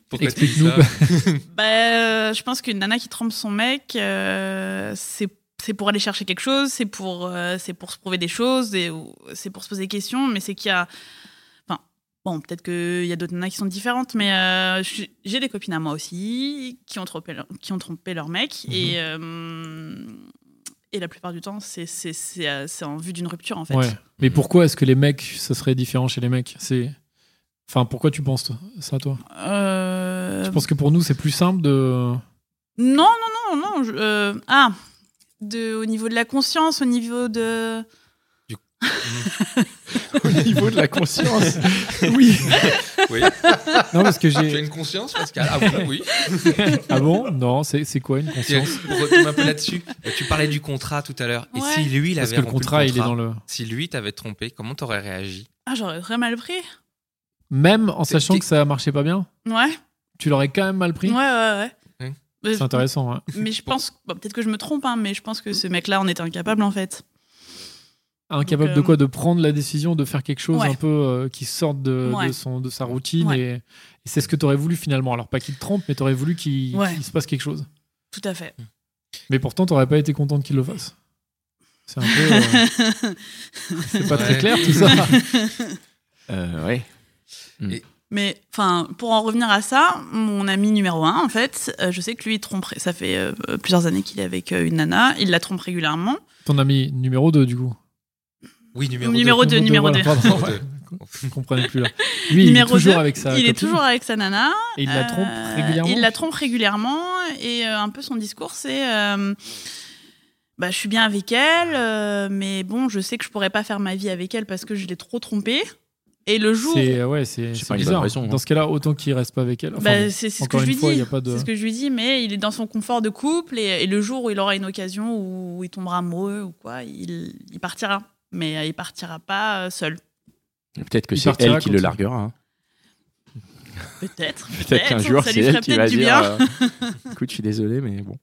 [SPEAKER 3] Pourquoi tu dis
[SPEAKER 4] Explique-nous.
[SPEAKER 3] ça
[SPEAKER 5] Bah, euh, je pense qu'une nana qui trompe son mec, euh, c'est c'est pour aller chercher quelque chose, c'est pour euh, c'est pour se prouver des choses, et, ou- c'est pour se poser des questions, mais c'est qu'il y a, enfin bon, peut-être qu'il y a d'autres nanas qui sont différentes, mais euh, je suis- j'ai des copines à moi aussi qui ont trompé leur, qui ont trompé leur mec
[SPEAKER 4] Mhm.
[SPEAKER 5] et euh, et la plupart du temps c'est c'est c'est euh, c'est en vue d'une rupture en fait.
[SPEAKER 4] Ouais. Mais pourquoi est-ce que les mecs, ça serait différent chez les mecs C'est, enfin, pourquoi tu penses toi- ça, toi
[SPEAKER 5] Euh,
[SPEAKER 4] Je pense que pour nous, c'est plus simple de.
[SPEAKER 5] Non, non, non, non. je- euh, ah, de, au niveau de la conscience, au niveau de.
[SPEAKER 4] (laughs) Au niveau de la conscience. (laughs) oui.
[SPEAKER 3] Oui.
[SPEAKER 4] Non, parce que
[SPEAKER 3] Ah, Tu as
[SPEAKER 4] j'ai. (laughs)
[SPEAKER 3] une conscience, Pascal Ah oui, oui.
[SPEAKER 4] Ah bon Non, c'est c'est quoi une
[SPEAKER 3] Tu-
[SPEAKER 4] conscience
[SPEAKER 3] on retombe un peu là-dessus. euh, Tu parlais du contrat tout à l'heure. Et
[SPEAKER 5] Ouais.
[SPEAKER 3] si lui, il
[SPEAKER 4] Parce
[SPEAKER 3] avait
[SPEAKER 4] que le
[SPEAKER 3] rompu
[SPEAKER 4] contrat, il est dans le.
[SPEAKER 3] Si lui t'avait trompé, comment t'aurais réagi
[SPEAKER 5] Ah, j'aurais très mal pris.
[SPEAKER 4] Même en sachant
[SPEAKER 3] t'es-
[SPEAKER 4] que ça marchait pas bien,
[SPEAKER 5] Ouais,
[SPEAKER 4] tu l'aurais quand même mal pris.
[SPEAKER 5] ouais, ouais. ouais.
[SPEAKER 3] Ouais.
[SPEAKER 5] Mais,
[SPEAKER 4] C'est intéressant. hein. ouais.
[SPEAKER 5] mais je pense, bon, peut-être que je me trompe, hein, mais je pense que ce mec-là en était incapable en fait.
[SPEAKER 4] Incapable
[SPEAKER 5] euh,
[SPEAKER 4] de quoi De prendre la décision de faire quelque chose
[SPEAKER 5] Ouais.
[SPEAKER 4] un peu euh, qui sorte de,
[SPEAKER 5] Ouais.
[SPEAKER 4] de son, de sa routine.
[SPEAKER 5] Ouais.
[SPEAKER 4] Et, et c'est ce que tu aurais voulu finalement. Alors, pas qu'il te trompe, mais tu aurais voulu qu'il
[SPEAKER 5] Ouais.
[SPEAKER 4] qu'il se passe quelque chose.
[SPEAKER 5] Tout à fait.
[SPEAKER 4] Mais pourtant, t'aurais pas été contente qu'il le fasse. C'est un peu.
[SPEAKER 5] (laughs)
[SPEAKER 4] euh, c'est pas très
[SPEAKER 3] Ouais.
[SPEAKER 4] clair tout ça.
[SPEAKER 2] Euh, ouais.
[SPEAKER 5] Mais enfin, pour en revenir à ça, mon ami numéro un, en fait, euh, je sais que lui, il trompe. Ça fait euh, plusieurs années qu'il est avec euh, une nana. Il la trompe régulièrement.
[SPEAKER 4] Ton ami numéro 2, du coup.
[SPEAKER 3] Oui, numéro,
[SPEAKER 5] Numéro deux, numéro (laughs)
[SPEAKER 4] voilà,
[SPEAKER 5] deux.
[SPEAKER 4] pardon,
[SPEAKER 3] Numéro
[SPEAKER 4] ouais,
[SPEAKER 3] deux.
[SPEAKER 4] Je comprenais plus là.
[SPEAKER 5] (laughs)
[SPEAKER 4] Lui, il est
[SPEAKER 5] Numéro
[SPEAKER 4] toujours
[SPEAKER 5] deux,
[SPEAKER 4] avec sa.
[SPEAKER 5] il est
[SPEAKER 4] copine
[SPEAKER 5] toujours avec sa nana.
[SPEAKER 4] Et il la trompe
[SPEAKER 5] Euh,
[SPEAKER 4] régulièrement.
[SPEAKER 5] Il la trompe régulièrement et euh, un peu son discours c'est euh, bah, je suis bien avec elle, euh, mais bon, je sais que je pourrais pas faire ma vie avec elle parce que je l'ai trop trompée. Et le jour.
[SPEAKER 4] C'est ouais, c'est
[SPEAKER 2] C'est
[SPEAKER 4] c'est
[SPEAKER 2] pas une bonne
[SPEAKER 4] bizarre.
[SPEAKER 2] raison, hein.
[SPEAKER 4] Dans ce cas-là, autant qu'il reste pas avec elle. Enfin,
[SPEAKER 5] Bah,
[SPEAKER 4] bon.
[SPEAKER 5] c'est c'est ce que
[SPEAKER 4] encore
[SPEAKER 5] je
[SPEAKER 4] une
[SPEAKER 5] lui
[SPEAKER 4] fois, y
[SPEAKER 5] dis.
[SPEAKER 4] a pas de-
[SPEAKER 5] C'est ce que je lui dis, mais il est dans son confort de couple et, et le jour où il aura une occasion où il tombera amoureux ou quoi, il, il partira. Mais euh, il partira pas euh, seul.
[SPEAKER 2] Peut-être que
[SPEAKER 4] Il
[SPEAKER 2] c'est
[SPEAKER 4] partira
[SPEAKER 2] elle qui le
[SPEAKER 4] quand il-
[SPEAKER 2] larguera. hein.
[SPEAKER 5] Peut-être.
[SPEAKER 2] (laughs) Peut-être qu'un jour,
[SPEAKER 5] ça
[SPEAKER 2] c'est
[SPEAKER 5] lui
[SPEAKER 2] elle
[SPEAKER 5] ferait
[SPEAKER 2] qui va
[SPEAKER 5] peut-être du
[SPEAKER 2] dire
[SPEAKER 5] bien.
[SPEAKER 2] euh, (laughs) Écoute, je suis désolé, mais bon.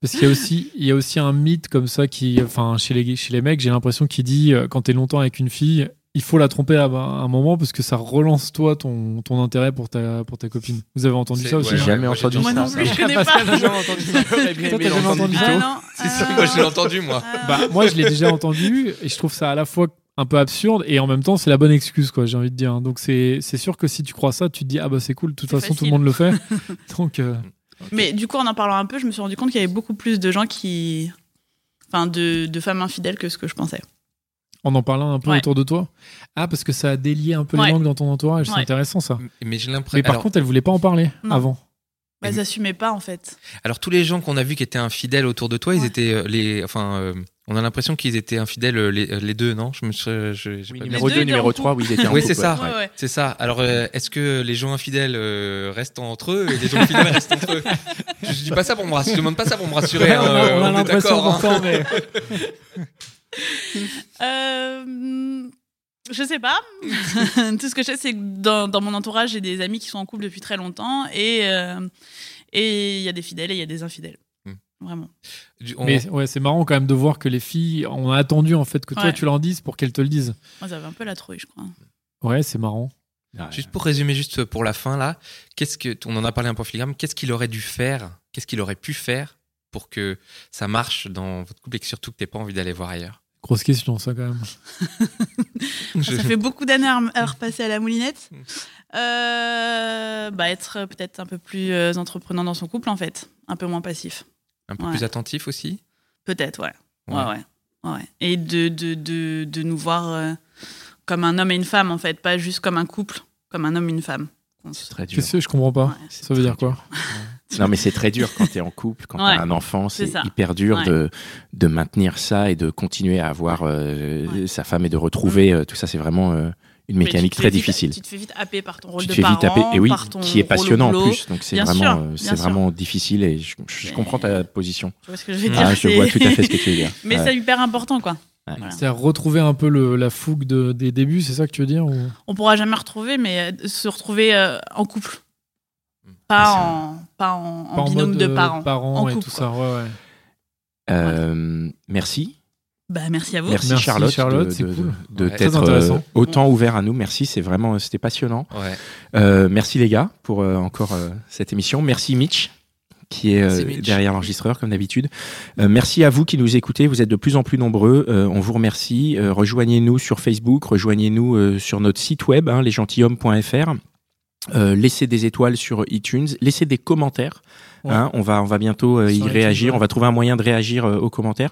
[SPEAKER 4] Parce qu'il y a aussi, il y a aussi un mythe comme ça qui, enfin, chez les chez les mecs, j'ai l'impression qu'il dit euh, quand t'es longtemps avec une fille, il faut la tromper à un- un moment parce que ça relance toi ton ton intérêt pour ta pour ta copine. Vous avez entendu
[SPEAKER 3] C'est-
[SPEAKER 4] ça aussi
[SPEAKER 3] ouais,
[SPEAKER 2] J'ai jamais
[SPEAKER 3] moi,
[SPEAKER 2] entendu
[SPEAKER 3] j'ai
[SPEAKER 5] Moi
[SPEAKER 2] ça.
[SPEAKER 5] non
[SPEAKER 3] ça,
[SPEAKER 5] plus,
[SPEAKER 3] ça.
[SPEAKER 5] je connais
[SPEAKER 4] Pascal,
[SPEAKER 5] pas.
[SPEAKER 4] jamais entendu ça. J'aurais bien aimé l'entendre.
[SPEAKER 5] Ah non, euh, ah
[SPEAKER 3] C'est sûr que (laughs) moi, je l'ai entendu, moi.
[SPEAKER 4] Bah, moi, je l'ai déjà entendu et je trouve ça à la fois un peu absurde et en même temps, c'est la bonne excuse, quoi, j'ai envie de dire. Donc, c'est c'est sûr que si tu crois ça, tu te dis, ah bah c'est cool, de toute
[SPEAKER 5] C'est
[SPEAKER 4] façon, tout
[SPEAKER 5] facile.
[SPEAKER 4] le monde le
[SPEAKER 5] (laughs)
[SPEAKER 4] fait. Donc, euh,
[SPEAKER 5] Mais du coup, en en parlant un peu, je me suis rendu compte qu'il y avait beaucoup plus de gens qui. Enfin, de, de femmes infidèles que ce que je pensais.
[SPEAKER 4] en en parlant un peu
[SPEAKER 5] Ouais.
[SPEAKER 4] autour de toi. Ah, parce que ça a délié un peu
[SPEAKER 5] Ouais.
[SPEAKER 4] les langues dans ton entourage, c'est
[SPEAKER 5] Ouais.
[SPEAKER 4] intéressant ça.
[SPEAKER 3] Mais j'ai
[SPEAKER 4] Mais
[SPEAKER 3] l'impression.
[SPEAKER 4] par
[SPEAKER 3] Alors,
[SPEAKER 4] contre, elle voulait pas en parler (laughs)
[SPEAKER 5] Non.
[SPEAKER 4] avant.
[SPEAKER 5] Bah, elles n'assumaient pas, en fait.
[SPEAKER 3] alors, tous les gens qu'on a vus qui étaient infidèles autour de toi, ils
[SPEAKER 5] Ouais.
[SPEAKER 3] étaient euh, les. Enfin, euh, on a l'impression qu'ils étaient infidèles euh, les, euh, les deux, non Je me suis- je- je- j'ai
[SPEAKER 2] Oui, numéro
[SPEAKER 3] pas bien-
[SPEAKER 5] Les deux
[SPEAKER 2] 2,
[SPEAKER 5] étaient
[SPEAKER 2] numéro
[SPEAKER 5] en
[SPEAKER 2] 3, oui, ils étaient en
[SPEAKER 3] Oui,
[SPEAKER 2] couple,
[SPEAKER 3] c'est ça.
[SPEAKER 2] ouais.
[SPEAKER 5] Ah Ouais, ouais.
[SPEAKER 3] C'est ça. Alors, euh, est-ce que les gens infidèles euh, restent entre eux et les gens fidèles restent entre eux je, je dis pas ça pour me rassurer. Je demande pas ça pour me rassurer.
[SPEAKER 4] on
[SPEAKER 3] hein,
[SPEAKER 4] a, on a
[SPEAKER 3] est
[SPEAKER 4] l'impression
[SPEAKER 3] d'accord, hein.
[SPEAKER 4] pourtant, mais.
[SPEAKER 5] (laughs) Euh, je sais (laughs) pas. Tout ce que je sais, c'est que dans, dans mon entourage, j'ai des amis qui sont en couple depuis très longtemps et euh, et il y a des fidèles et il y a des infidèles.
[SPEAKER 3] Hmm.
[SPEAKER 5] Vraiment.
[SPEAKER 3] Du- on-
[SPEAKER 4] Mais ouais, c'est marrant quand même de voir que les filles, on a attendu en fait que toi
[SPEAKER 5] Ouais.
[SPEAKER 4] tu leur dises pour qu'elles te le disent.
[SPEAKER 5] Moi, j'avais un peu la trouille, je crois. (laughs)
[SPEAKER 4] Ouais, c'est marrant.
[SPEAKER 3] Juste pour résumer, juste pour la fin là, qu'est-ce que on en a parlé un peu en filigrane. Qu'est-ce qu'il aurait dû faire Qu'est-ce qu'il aurait pu faire pour que ça marche dans votre couple et que surtout que t'aies pas envie d'aller voir ailleurs
[SPEAKER 4] Grosse question, ça quand même.
[SPEAKER 3] Je-
[SPEAKER 5] Ah, Ça fait beaucoup d'années à rem- à repasser à la moulinette. Euh, bah, être euh, peut-être un peu plus euh, entreprenant dans son couple, en fait. Un peu moins passif.
[SPEAKER 3] Un peu
[SPEAKER 5] Ouais.
[SPEAKER 3] plus attentif aussi.
[SPEAKER 5] Peut-être, ouais. Ouais,
[SPEAKER 3] Ouais.
[SPEAKER 5] ouais. ouais, ouais. Et de, de, de, de nous voir euh, comme un homme et une femme, en fait, pas juste comme un couple, comme un homme et une femme. On se-
[SPEAKER 2] C'est très dur.
[SPEAKER 4] Qu'est-ce que je comprends pas
[SPEAKER 5] Ouais,
[SPEAKER 4] Ça veut dire quoi
[SPEAKER 2] Non, mais c'est très dur quand t'es en couple, quand
[SPEAKER 5] Ouais,
[SPEAKER 2] t'as un enfant, c'est
[SPEAKER 5] c'est ça.
[SPEAKER 2] hyper dur
[SPEAKER 5] Ouais.
[SPEAKER 2] de, de maintenir ça et de continuer à avoir euh, sa femme et de retrouver euh, tout ça. C'est vraiment euh, une
[SPEAKER 5] Mais
[SPEAKER 2] mécanique
[SPEAKER 5] tu
[SPEAKER 2] très
[SPEAKER 5] te fais vite-
[SPEAKER 2] difficile.
[SPEAKER 5] Tu te fais vite happer par ton rôle
[SPEAKER 2] Tu
[SPEAKER 5] de
[SPEAKER 2] te fais
[SPEAKER 5] parent,
[SPEAKER 2] vite taper, et oui,
[SPEAKER 5] par ton
[SPEAKER 2] qui est
[SPEAKER 5] rôle au
[SPEAKER 2] passionnant en
[SPEAKER 5] boulot.
[SPEAKER 2] plus. Donc c'est
[SPEAKER 5] Bien sûr,
[SPEAKER 2] vraiment, euh,
[SPEAKER 5] bien
[SPEAKER 2] c'est
[SPEAKER 5] sûr.
[SPEAKER 2] vraiment difficile et je, je
[SPEAKER 5] Mais-
[SPEAKER 2] comprends ta position.
[SPEAKER 5] Tu vois ce que je veux dire
[SPEAKER 2] Ah, je vois
[SPEAKER 5] c'est-
[SPEAKER 2] tout à fait ce que tu veux dire.
[SPEAKER 5] (laughs) Mais
[SPEAKER 2] Ouais.
[SPEAKER 5] c'est hyper important, quoi. Voilà.
[SPEAKER 4] C'est à retrouver un peu le- la fougue de- des débuts, c'est ça que tu veux dire ou-
[SPEAKER 5] On pourra jamais retrouver, mais euh, se retrouver euh, en couple.
[SPEAKER 2] Ah,
[SPEAKER 5] Pas,
[SPEAKER 2] c'est
[SPEAKER 5] en, pas en, en
[SPEAKER 4] Pas en
[SPEAKER 5] binôme
[SPEAKER 4] mode,
[SPEAKER 5] de
[SPEAKER 4] euh,
[SPEAKER 5] parents. En
[SPEAKER 4] et
[SPEAKER 5] couple,
[SPEAKER 4] tout ça. Ouais, ouais.
[SPEAKER 2] Euh, merci.
[SPEAKER 5] Bah, merci à vous.
[SPEAKER 2] Merci,
[SPEAKER 4] Merci,
[SPEAKER 2] Charlotte,
[SPEAKER 4] Charlotte,
[SPEAKER 2] de,
[SPEAKER 4] c'est
[SPEAKER 2] de-
[SPEAKER 4] cool.
[SPEAKER 2] de
[SPEAKER 3] Ouais.
[SPEAKER 4] Très
[SPEAKER 2] t'être
[SPEAKER 4] intéressant.
[SPEAKER 2] euh, autant ouvert à nous. Merci, c'est vraiment, c'était passionnant.
[SPEAKER 3] Ouais.
[SPEAKER 2] Euh, merci les gars pour euh, encore euh, cette émission. Merci Mitch qui est euh,
[SPEAKER 3] Merci, Mitch.
[SPEAKER 2] derrière l'enregistreur comme d'habitude. Euh, merci à vous qui nous écoutez, vous êtes de plus en plus nombreux, Euh, on vous remercie. Euh, rejoignez-nous sur Facebook, rejoignez-nous euh, sur notre site web, hein, lesgentilhommes.fr. Euh, laissez des étoiles sur iTunes, laissez des commentaires.
[SPEAKER 4] Ouais.
[SPEAKER 2] hein, on va on va bientôt euh, y
[SPEAKER 4] Sur iTunes,
[SPEAKER 2] réagir,
[SPEAKER 4] ouais.
[SPEAKER 2] on va trouver un moyen de réagir euh, aux commentaires.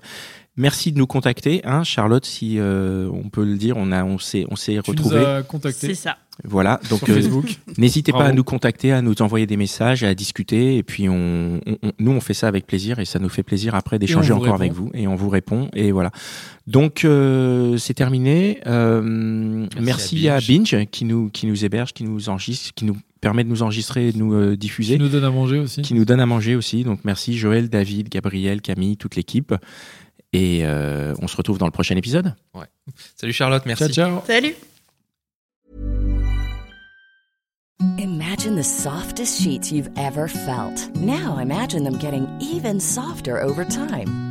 [SPEAKER 2] Merci de nous contacter, hein, Charlotte, si euh, on peut le dire, on a on s'est on s'est
[SPEAKER 4] Tu nous
[SPEAKER 2] retrouvé.
[SPEAKER 4] as
[SPEAKER 5] C'est
[SPEAKER 4] contacté
[SPEAKER 5] ça.
[SPEAKER 2] Voilà, donc
[SPEAKER 4] sur
[SPEAKER 2] euh,
[SPEAKER 4] Facebook.
[SPEAKER 2] N'hésitez pas
[SPEAKER 4] Bravo.
[SPEAKER 2] à nous contacter, à nous envoyer des messages, à discuter. Et puis, on, on- on- nous, on fait ça avec plaisir et ça nous fait plaisir après d'échanger
[SPEAKER 4] on vous
[SPEAKER 2] encore avec vous. Et on vous répond. Et voilà. Donc, euh, c'est terminé. Euh, merci,
[SPEAKER 3] à
[SPEAKER 2] à
[SPEAKER 3] Binge.
[SPEAKER 2] Binge qui nous, qui nous héberge, qui nous enregistre, qui nous permet de nous enregistrer et de nous euh, diffuser,
[SPEAKER 4] Tu nous donnes à manger aussi.
[SPEAKER 2] qui nous donne à manger aussi. Donc, merci Joël, David, Gabriel, Camille, toute l'équipe. Et euh, on se retrouve dans le prochain épisode.
[SPEAKER 3] Salut Charlotte, merci.
[SPEAKER 4] Ciao, ciao.
[SPEAKER 5] Salut.
[SPEAKER 6] Imagine the softest sheets you've ever felt. Now imagine them getting even softer over time.